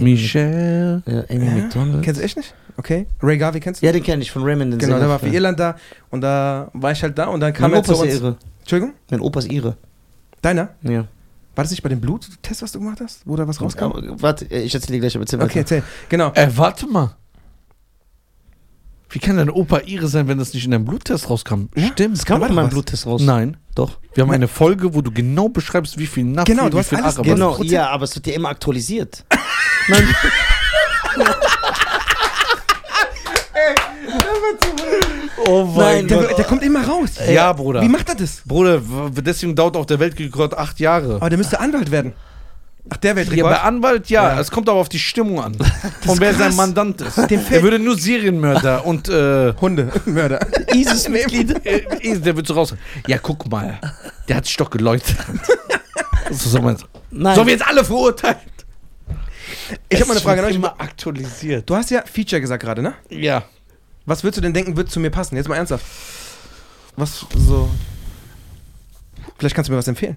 Michelle. Ja, Amy Ja. McDonald. Kennst du echt nicht? Okay. Ray Garvey kennst du? Ja, den kenne ich von Raymond. Den genau, Sänger der war für von- Irland da und da war ich halt da und dann kam Mein er zu Opa ist ja uns. irre. Entschuldigung? Mein Opa ist irre. Deiner? Ja. War das nicht bei dem Bluttest, was du gemacht hast, wo da was rauskam? Aber, Äh, warte, ich erzähle dir gleich, aber erzähl Okay, weiter. erzähl. Genau. Äh, warte mal. Wie kann deine Opa ihre sein, wenn das nicht in deinem Bluttest rauskam? Ja, Stimmt. Das kam Da war in meinem doch was. Bluttest raus. Nein. Doch. Wir haben eine Folge, wo du genau beschreibst, wie viel Nacht Genau, wie du hast viel alles- Araber- Genau. Genau, Prozent- ja, aber es wird ja immer aktualisiert. Nein, Oh mein Der, der kommt immer raus. Ja, Bruder. Wie macht er das? Bruder, w- deswegen dauert auch der Weltkrieg gerade acht Jahre. Aber der müsste Anwalt werden. Ach, der Ja, bei Weltrekord. Anwalt ja. Ja. Es kommt aber auf die Stimmung an. Und wer krass. sein Mandant ist. Dem Der fällt würde nur Serienmörder und äh, Hunde. Mörder. ISIS-Mitglied. äh, der wird so raus. Ja, guck mal. Der hat sich doch geläutert. so soll man Nein. Sollen wir jetzt alle verurteilen? Ich habe mal eine Es Frage an wird euch. immer aktualisiert. Du hast ja Feature gesagt gerade, ne? Ja. Was würdest du denn denken, wird zu mir passen? Jetzt mal ernsthaft. Was so. Vielleicht kannst du mir was empfehlen.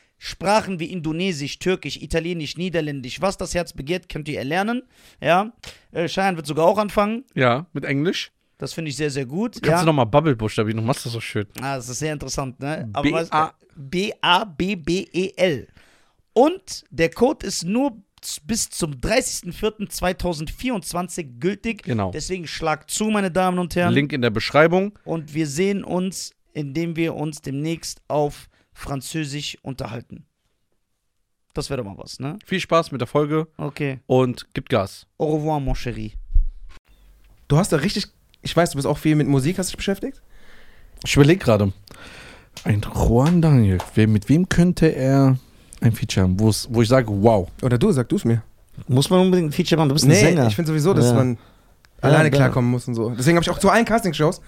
Sprachen wie Indonesisch, Türkisch, Italienisch, Niederländisch, was das Herz begehrt, könnt ihr erlernen. Ja, äh, Cheyenne wird sogar auch anfangen. Ja, mit Englisch. Das finde ich sehr, sehr gut. Kannst ja. du nochmal Bubble buchstabieren, du machst das so schön. Ah, das ist sehr interessant, ne? Aber B- was- A- B-A-B-B-E-L. E Und der Code ist nur z- bis zum 30.04.2024 gültig. Genau. Deswegen schlag zu, meine Damen und Herren. Link in der Beschreibung. Und wir sehen uns indem wir uns demnächst auf Französisch unterhalten. Das wäre doch mal was, ne? Viel Spaß mit der Folge Okay. und gibt Gas. Au revoir, mon chéri. Du hast da richtig, ich weiß, du bist auch viel mit Musik, hast dich beschäftigt? Ich überlege gerade. Ein Juan Daniel. Wer, mit wem könnte er ein Feature haben, wo's- wo ich sage, wow. Oder du, sag du es mir. Muss man unbedingt ein Feature machen, du bist ein Sänger. ich finde sowieso, dass Ja. man Ja, alleine da- klarkommen muss und so. Deswegen habe ich auch zu allen Castingshows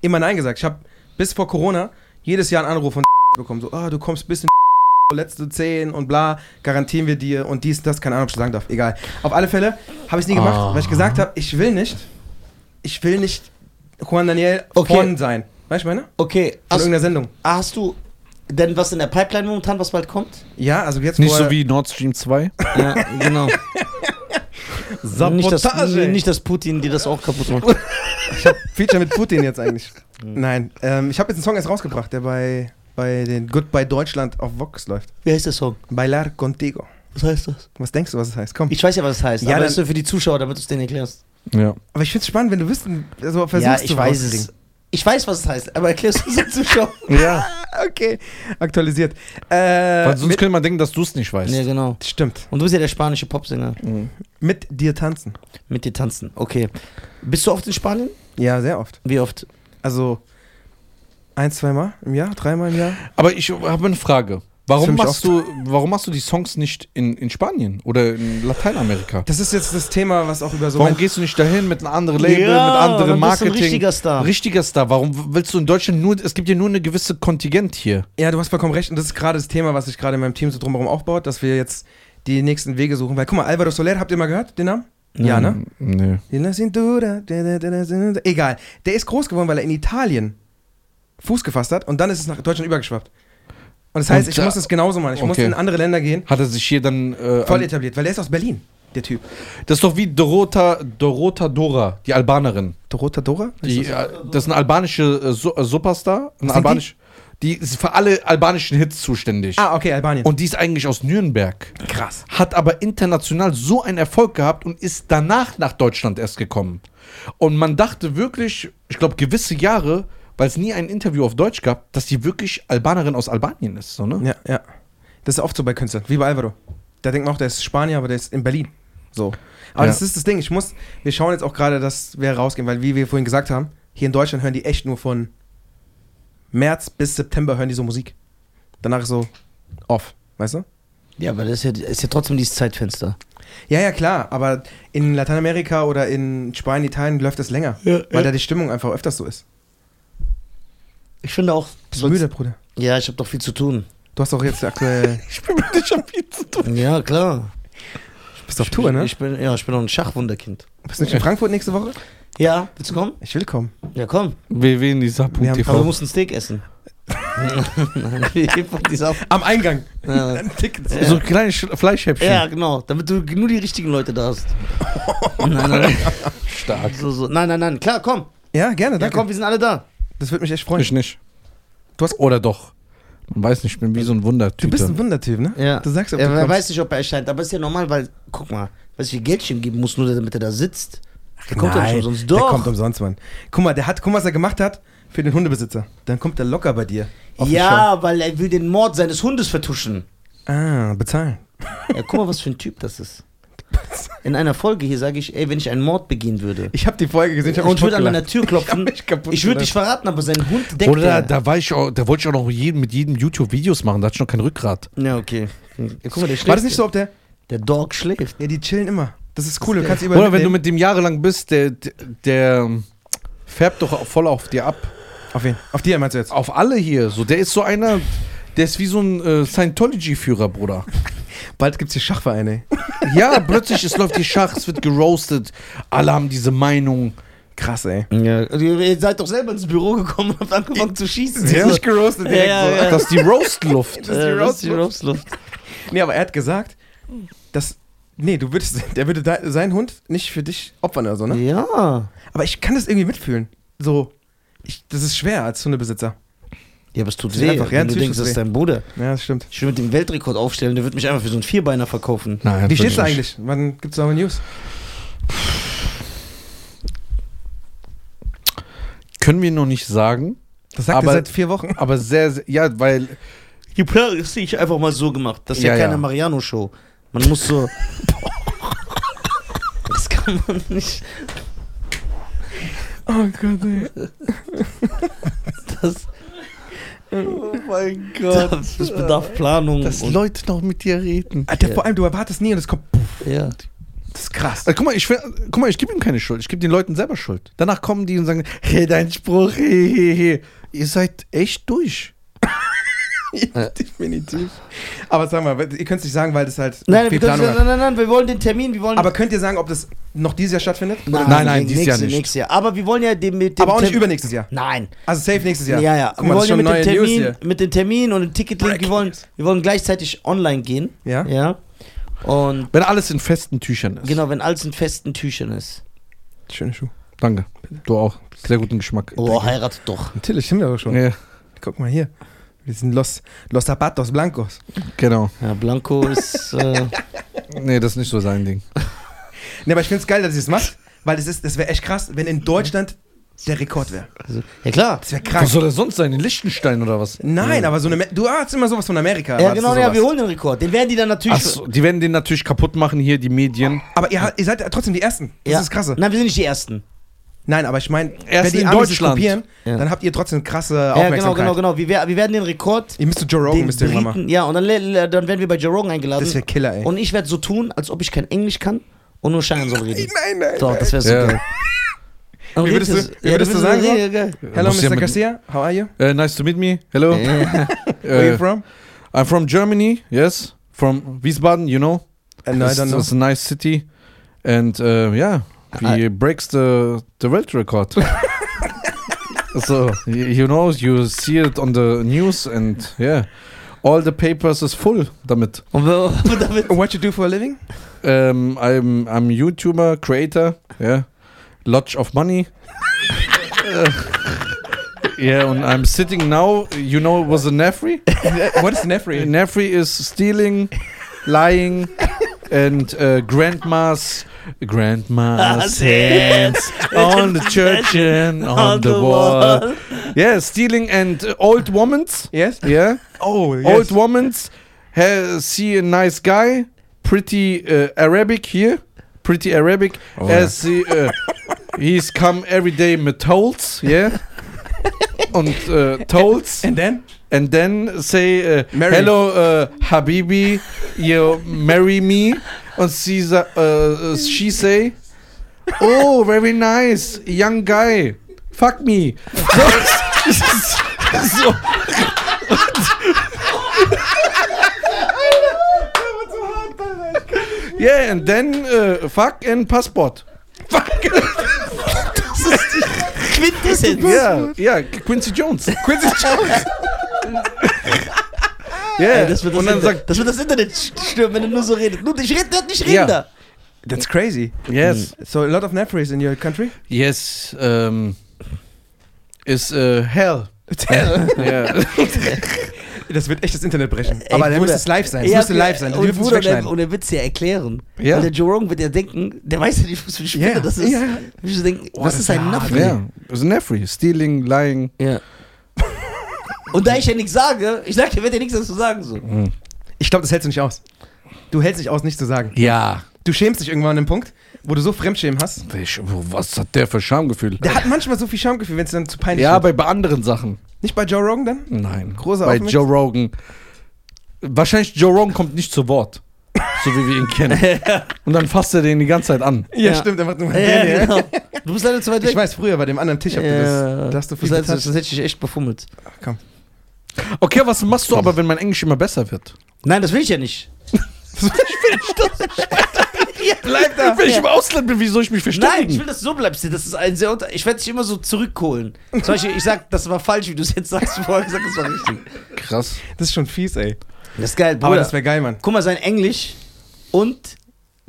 immer Nein gesagt. Ich habe bis vor Corona jedes Jahr einen Anruf von bekommen, so, ah, du kommst bis in letzte 10 und bla, garantieren wir dir und dies, das, keine Ahnung, ob ich das sagen darf, egal. Auf alle Fälle habe ich es nie gemacht, weil ich gesagt habe, ich will nicht, ich will nicht Juan Daniel Okay. von sein. Weißt du, meine? Von Okay, hast, irgendeiner Sendung. hast du denn was in der Pipeline momentan, was bald kommt? Ja, also jetzt Nicht wo er- so wie Nord Stream 2. Ja, genau. nicht, dass, nicht, dass Putin dir das auch kaputt macht. Feature mit Putin jetzt eigentlich. Nein, ähm, ich habe jetzt einen Song erst rausgebracht, der bei, bei den Goodbye Deutschland auf Vox läuft. Wie heißt der Song? Bailar contigo. Was heißt das? Was denkst du, was es heißt? Komm. Ich weiß ja, was es heißt, Ja, ja, aber dann- das ist nur für die Zuschauer, damit du es denen erklärst. ja. aber ich find's spannend, wenn du wüssten, also versuchst ja, ich du weiß rauszukriegen. es. Ich weiß, was es heißt, aber erklärst du es den Zuschauern? ja. Okay, aktualisiert. Äh, Weil sonst mit, könnte man denken, dass du es nicht weißt. Ja, genau. stimmt. Und du bist ja der spanische Popsänger. Mit dir tanzen. Mit dir tanzen. Okay. Bist du oft in Spanien? Ja, sehr oft. Wie oft? Also ein, zweimal im Jahr, dreimal im Jahr. Aber ich habe eine Frage. Warum Ziemlich machst, du, warum machst du die Songs nicht in, in Spanien oder in Lateinamerika? Das ist jetzt das Thema, was auch über so Warum mein- gehst du nicht dahin mit einem anderen Label, mit dann anderem bist Marketing? du Ein richtiger Star. richtiger Star. Warum willst du in Deutschland nur, es gibt ja nur eine gewisse Kontingent hier. Ja, du hast vollkommen recht. Und das ist gerade das Thema, was sich gerade in meinem Team so drumherum aufbaut, dass wir jetzt die nächsten Wege suchen. Weil, guck mal, Alvaro Soler, habt ihr mal gehört, den Namen? Ja, ne? Ähm, Nee. Die La Cintura, da, da, da, da, da, da. Egal. Der ist groß geworden, weil er in Italien Fuß gefasst hat und dann ist es nach Deutschland übergeschwappt. Und das heißt, Und ich da- muss es genauso machen. Ich muss Okay. in andere Länder gehen. Hat er sich hier dann. Äh, Voll an, etabliert, weil der ist aus Berlin, der Typ. das ist doch wie Dorota, Dorota Dora, die Albanerin. Dorota Dora? Die, äh, das ist eine albanische äh, Su- äh, Superstar. Ein Was singt albanisch, die ist für alle albanischen Hits zuständig. Ah, okay, Albanien. Und die ist eigentlich aus Nürnberg. krass. hat aber international so einen Erfolg gehabt und ist danach nach Deutschland erst gekommen. Und man dachte wirklich, ich glaube, gewisse Jahre, weil es nie ein Interview auf Deutsch gab, dass die wirklich Albanerin aus Albanien ist, so, ne? Ja, ja. Das ist oft so bei Künstlern, wie bei Alvaro. Da denkt man auch, der ist Spanier, aber der ist in Berlin. So. Aber Ja. das ist das Ding. Ich muss, wir schauen jetzt auch gerade, dass wir rausgehen, weil wie wir vorhin gesagt haben, hier in Deutschland hören die echt nur von März bis September hören die so Musik. Danach ist so off, weißt du? Ja, aber das ist ja, ist ja trotzdem dieses Zeitfenster. Ja, ja, klar, aber in Lateinamerika oder in Spanien, Italien läuft das länger, weil da die Stimmung einfach öfters so ist. Ich finde auch. Bist du müde, Bruder? Ja, ich habe doch viel zu tun. Du hast doch jetzt aktuell. Ja, klar. bist auf Tour, ne? Ich bin, ja, ich bin auch ein Schachwunderkind. Bist du nicht in Frankfurt nächste Woche? Ja, willst du kommen? Ich will kommen. Ja, komm. Wir haben- www.nisa.tv. Aber du musst ein Steak essen. Nein, wir packen dies ab. Am Eingang. Ja. Tickets. So kleine Sch Fleischhäppchen. ja, genau. Damit du nur die richtigen Leute da hast. nein, nein, Stark. so, so. nein, nein, nein. Klar, komm. Ja, gerne, Ja, danke. komm, wir sind alle da. Das würde mich echt freuen. Ich nicht. Du hast oder doch. Man weiß nicht, ich bin wie so ein Wundertüte. Du bist ein Wundertyp, ne? Ja. Du sagst, ob ja, du Er kommst. weiß nicht, ob er erscheint, aber ist ja normal, weil, guck mal, weißt du, wie Geld ich ihm geben muss, nur damit er da sitzt. Ach, der kommt ja nicht Nein, umsonst. Der kommt Doch. umsonst, Mann. Guck mal, der hat, guck mal, was er gemacht hat für den Hundebesitzer. Dann kommt er locker bei dir. auf die Ja, weil er will den Mord seines Hundes vertuschen. Show. Ah, bezahlen. Ja, guck mal, was für ein Typ das ist. In einer Folge hier sage ich, ey, wenn ich einen Mord begehen würde Ich habe die Folge gesehen, ich habe und würde an meiner Tür klopfen, mich kaputt ich würde gelacht. dich verraten, aber sein Hund deckt Oder er. da, war ich auch, da wollte ich auch noch jeden, mit jedem YouTube Videos machen, da hatte ich noch kein Rückgrat. Ja, okay. Ja, guck mal, der schläft. War das nicht so, ob der. Der Dog schläft. Ja, die chillen immer. Das ist cool, du kannst überall. Oder wenn du mitnehmen. mit dem jahrelang bist, der, der, der färbt doch voll auf dir ab. Auf wen? Auf dir meinst du jetzt? Auf alle hier. So, der ist so einer, der ist wie so ein äh, Scientology-Führer, Bruder. Bald gibt's hier Schachvereine. ey. Ja, plötzlich, es läuft die Schach, es wird geroastet. Alle haben diese Meinung. Krass, ey. Ja. also, Ihr seid doch selber ins Büro gekommen und habt angefangen zu schießen. Sie ist nicht geroastet direkt Ja, so. ja, ja. Das ist die Roast-Luft. Das ist die, äh, das ist die Roastluft. Nee, aber er hat gesagt, dass. Nee, du würdest. Der würde de, seinen Hund nicht für dich opfern oder so, ne? Ja. Aber ich kann das irgendwie mitfühlen. So. Ich, das ist schwer als Hundebesitzer. Ja, aber es tut Das weh, ist einfach, ja, wenn du psychisch denkst, das ist weh. dein Bruder. Ja, das stimmt. Ich will mit dem Weltrekord aufstellen, der wird mich einfach für so einen Vierbeiner verkaufen. Nein, Wie natürlich steht's da nicht. eigentlich? Wann gibt's neue News? Können wir noch nicht sagen, Das sagt Aber- ihr seit vier Wochen. Aber sehr, sehr, ja, weil Die Playlist ich einfach mal so gemacht. Das ist ja, Ja, ja. keine Mariano-Show. Man muss so. das kann man nicht. Oh Gott, ey. Das, Oh mein das, das bedarf Planung. Dass Leute noch mit dir reden. Alter, vor allem, du erwartest nie und es kommt. ja. Das ist krass. Also, guck mal, ich, find- guck mal, ich gebe ihm keine Schuld. Ich gebe den Leuten selber Schuld. Danach kommen die und sagen, hey, dein Spruch, hey, hey, hey. Ihr seid echt durch. Definitiv. Aber sag mal, ihr könnt es nicht sagen, weil das halt Nein, viel wir können, Planung hat. nein, nein, nein, wir wollen den Termin. Wir wollen Aber könnt ihr sagen, ob das noch dieses Jahr stattfindet? Nein, nein, dieses nächstes, Jahr nicht. also Nächstes Jahr. Aber wir wollen ja den mit dem Aber auch nicht Tem- übernächstes Jahr. Nein. Also safe nächstes Ja, Jahr. ja. Guck wir mal, das wollen ist ja schon mit neue dem, News Termin, hier. mit dem Termin und dem Ticketlink. Wir Breaking wollen, News. wir wollen gleichzeitig online gehen. Ja? Ja. Und Wenn alles in festen Tüchern ist. genau, wenn alles in festen Tüchern ist. Schöne Schuhe. Danke. Du auch. Sehr guten Geschmack. Oh, heiratet doch. Natürlich, sind wir doch schon. Ja, Guck mal hier. Wir sind Los, los Zapatos Blancos. genau. Ja, Blanco ist. Äh, Nee, das ist nicht so sein Ding. Ne, aber ich find's geil, dass ihr es macht, weil das, ist- das wäre echt krass, wenn in Deutschland der Rekord wäre. also, ja, klar. Das wäre Was krass. soll das sonst sein? In Liechtenstein oder was? Nein, aber so eine. Me- Du hast immer sowas von Amerika. Ja, erwartest genau, du ja, sowas. wir holen den Rekord. Den werden die dann natürlich. Achso, die werden den natürlich kaputt machen hier, die Medien. Aber ihr, ha- ihr seid ja trotzdem die Ersten. Das ja. ist das Krasse. Nein, wir sind nicht die Ersten. Nein, aber ich meine, Erst wenn die in Amis es Deutschland. kopieren, Ja. dann habt ihr trotzdem krasse Ja, Aufmerksamkeit. genau, genau, genau. Wir, wer- wir werden den Rekord. Ihr müsst zu Joe Rogan, Den müsst ihr irgendwann machen. Briten, ja, und dann, le- le- dann werden wir bei Joe Rogan eingeladen. Das wäre Killer, ey. Und ich werde so tun, als ob ich kein Englisch kann und nur Schein soll reden. nein, nein. Doch, das wäre so Ja. geil. Und Wie würdest du- redet- wie ja, würdest du sagen, Ja, geil. Hello, Muss ja Mr. mit- Garcia. How are you? Äh, nice to meet me. Oh. Hello. Where are Äh, you from? I'm from Germany. Yes. From Wiesbaden, you know. Uh, no, I don't it's, know. it's a nice city. And uh, yeah, he breaks the the world record. so you, you know, you see it on the news, and yeah, all the papers is full damit. Und wir, und damit, What you do for a living? Um, I'm I'm YouTuber creator. Yeah, lot of money. Uh, yeah, and I'm sitting now. You know, was a Nefri. What is Nefri? Nefri is stealing, lying, and uh, grandma's grandma's hands on the church and on the wall. Yeah, stealing and uh, old woman's. Yes? Yeah, Oh, old woman's ha- see a nice guy, pretty uh, Arabic here, pretty Arabic. as he, uh, he's come every day with tolls. Yeah. Und uh, tolls And then? and then say uh, Marry. hello uh, habibi you marry me and she, sa- uh, uh, she say oh very nice young guy fuck me so, yeah and then uh, fuck and passport Quintessenz. yeah yeah Quincy Jones Quincy Jones Yeah, Ey, das, wird das, und dann Inter- sagt das wird das Internet st- stören, wenn er nur so redet. Nur ich rede, der hat nicht reden Ja. da. That's crazy. Yes. So a lot of Nefris in your country? Yes. Um, is uh, hell. yeah. Das wird echt das Internet brechen. Aber dann müsste Äh, Bruder. es live sein. Es Ja, müsste live sein. Die Und, dürfen es Bruder, der, wegschneiden. und er wird es ja erklären. Ja. Weil der Joe Rogan wird ja denken, der weiß ja nicht, was für ein Spinner Ja, das ist. ja, Ja, ja. Ich würde denken, was das ist ein ist hart, Nafri? yeah. It's an every stealing, lying. Ja. Und da ich ja nichts sage, ich sag dir, wird ja nichts dazu sagen. So. Ich glaube, das hältst du nicht aus. Du hältst nicht aus, nicht zu sagen. Ja. Du schämst dich irgendwann an dem Punkt, wo du so Fremdschämen hast. Ich, wo- was hat der für Schamgefühl? Der hat manchmal so viel Schamgefühl, wenn es dann zu peinlich Ja, wird. bei, bei anderen Sachen. Nicht bei Joe Rogan dann? Nein. Großer bei Aufmerksamkeit. Joe Rogan. Wahrscheinlich Joe Rogan kommt nicht zu Wort. So wie wir ihn kennen. Und dann fasst er den die ganze Zeit an. Ja, Ja. stimmt, einfach nur Ja, den hier. genau. Du bist leider zu weit weg. Ich weiß, früher bei dem anderen Tisch habt ihr das. Da hast du viel das, das getan. hätte ich echt befummelt. Okay, was machst du aber, wenn mein Englisch immer besser wird? Nein, das will ich ja nicht. Bleib da! Wenn ich im Ausland bin, wieso ich mich Nein, ich verständigen? will, dass du so bleibst. Das ist ein sehr unter ich werde dich immer so zurückholen. Zum Beispiel, ich sag, das war falsch, wie du es jetzt sagst. Du hast gesagt, das war richtig. Krass. Das ist schon fies, ey. Das ist geil, Aber Bruder. das wäre geil, Mann. guck mal, sein Englisch und,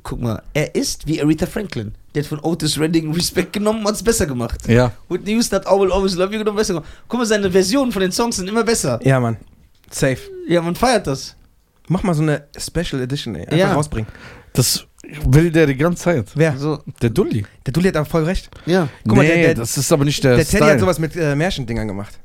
guck mal, er ist wie Aretha Franklin. Der hat von Otis Redding Respekt genommen und es besser gemacht. Ja. Whitney Houston hat I Will Always Love You genommen, besser gemacht. Guck mal, seine Versionen von den Songs sind immer besser. Ja, Mann. Safe. Ja, man feiert das. Mach mal so eine Special Edition, ey. Einfach Ja. rausbringen. Das will der die ganze Zeit. Wer? So, Der Dulli. Der Dulli hat aber voll recht. ja. Guck mal, der- der- das ist aber nicht der, Der Teddy Style. hat sowas mit äh, Märchendingern gemacht.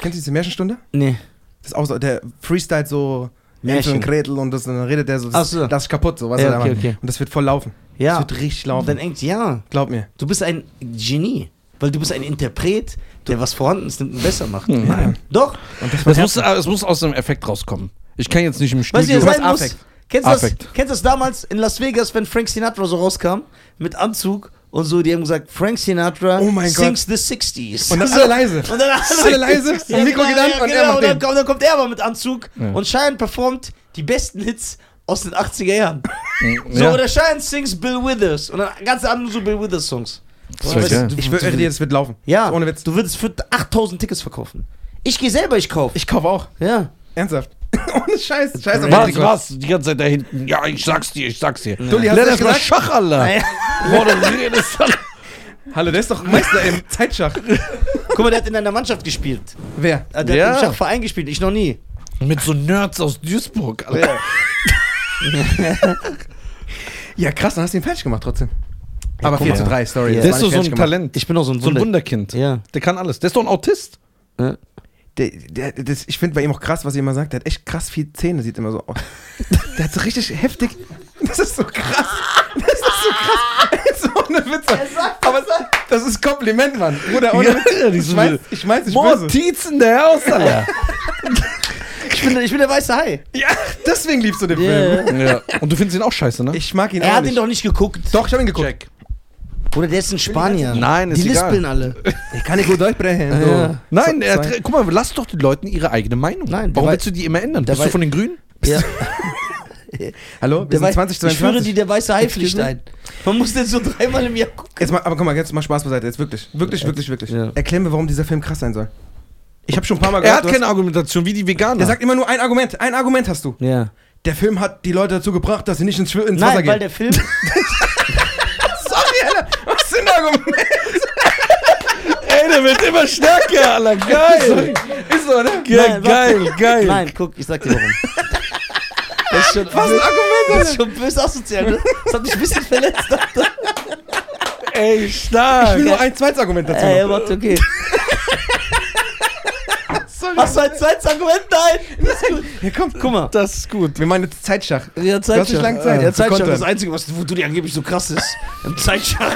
Kennst du diese Märchenstunde? Nee. Das ist auch so, der freestylt so Märchen Märchen. und Gretel und das, und dann redet der so, das, Ach so. das ist kaputt, so, was Ja, er da okay, macht. okay. Und das wird voll laufen. Ja. Das wird richtig laufen. Und dann denkst du, ja, Glaub mir. du bist ein Genie. Weil du bist ein Interpret, der was Vorhandenes nimmt und besser macht. Nein. Doch. Das muss, äh, es muss aus einem Effekt rauskommen. Ich kann jetzt nicht im Weißt du, wie Studio. das meinst sein muss? Affekt. Kennst du das, Affekt. kennst du das damals in Las Vegas, wenn Frank Sinatra so rauskam? Mit Anzug und so, die haben gesagt, Frank Sinatra Oh mein sings the 60s. Und dann so, alle leise. Und dann Alle leise, und Mikro geht an und er macht genau, und dann, den. kommt- dann kommt er aber mit Anzug Ja. und Cheyenne performt die besten Hits aus den 80er Jahren. So, ja. oder Cheyenne sings Bill Withers und dann ganz andere so Bill Withers Songs. Das wär Weißt geil. du, Ich schwöre dir, das wird laufen. ja, Ohne Witz. du würdest für 8000 Tickets verkaufen. Ich gehe selber, ich kaufe. Ich kaufe auch. Ja. Ernsthaft. Ohne Scheiß. Scheiß auf Was, Trikot. was? Die ganze Zeit da hinten. Ja, ich sag's dir, ich sag's dir. Dulli, hast Lern du das erst mal gesagt? Schach, Alter. Boah, du redest dann. Hallo, der ist doch Meister im Zeitschach. Guck mal, der hat in einer Mannschaft gespielt. Wer? Äh, Der Ja. hat im Schachverein gespielt, ich noch nie. Mit so Nerds aus Duisburg, Alter. Ja, krass, dann hast du ihn fertig gemacht trotzdem. Aber 4 zu 3, sorry. Ja. das Der war ist doch nicht so ein fertig gemacht. Talent. Ich bin auch so ein So ein Wunder. Wunderkind. Ja. Der kann alles. Der ist doch ein Autist. Der, der, das, ich finde bei ihm auch krass, was er immer sagt. Der hat echt krass viel Zähne, sieht immer so aus. der hat so richtig heftig. Das ist so krass. Das ist so krass. Das ist ohne Witze. Aber das ist Kompliment, Mann. Bruder, ohne Ja, Witz. die Ich sind weiß, so- ich weiß nicht Boah, böse. Tietz in der Haus, Alter. Ich bin, ich bin der weiße Hai. Ja, deswegen liebst du den Film. ja. Und du findest ihn auch scheiße, ne? Ich mag ihn Er auch hat nicht. ihn doch nicht geguckt. doch, ich hab ihn geguckt. Check. Bruder, der ist in Spanien. Nein, ist Die egal. lispeln alle. Ich kann nicht gut Deutsch sprechen. Ah, so. ja. Nein, So- er, zwei- guck mal, lass doch den Leuten ihre eigene Meinung. Nein, der Warum wei- willst du die immer ändern? der Bist du wei- von den Grünen? Ja. Hallo, wir Der sind Wei- 20, ich führe die 22. der weiße Hai-Pflicht ein. Man muss den so dreimal im Jahr gucken. Jetzt mal, aber guck mal, jetzt mal Spaß beiseite. Jetzt wirklich. Wirklich, wirklich, wirklich. Ja. Erklär mir, warum dieser Film krass sein soll. Ich habe schon ein paar Mal Er hat du hast- keine Argumentation wie die Veganer. Der sagt immer nur ein Argument. Ein Argument hast du. Ja. Der Film hat die Leute dazu gebracht, dass sie nicht ins, Schw ins Wasser Nein, weil gehen. der Film. Sorry, Alter. Was sind Argumente? ey, der wird immer stärker, Alter. Geil. Ist so, ne? Ge Nein, warte. geil, geil. Nein, guck, ich sag dir warum. Das ist schon, Was ein Argument, das ist Alter. schon böse asozial, ne? Das hat mich ein bisschen verletzt. Ey, Ich stark. will nur ein zweites Argument dazu. Ey, warte, okay. Hast du ein zweites Argument? Nein! Das ist gut. Ja, komm, Guck mal. Das ist gut. Wir meinen jetzt Zeitschach. Ja, Du hast nicht lange Zeit. Ja, zu Zeitschach ist kontern. das Einzige, was, wo du dir angeblich so krass ist. Im Zeitschach.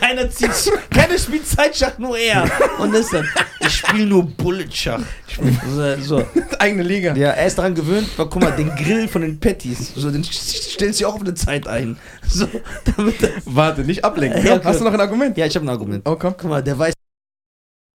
Keiner, zieht, keiner spielt Zeitschach, nur er. Und das dann. Ich spiele nur Bulletschach. So, so. eigene Liga. Ja, er ist daran gewöhnt, weil, guck mal, den Grill von den Patties, so, den stellst du auch auf eine Zeit ein. So, damit er- Warte, nicht ablenken. Ja, Hast du noch ein Argument? ja, ich habe ein Argument. Oh, komm. Guck mal, der weiß,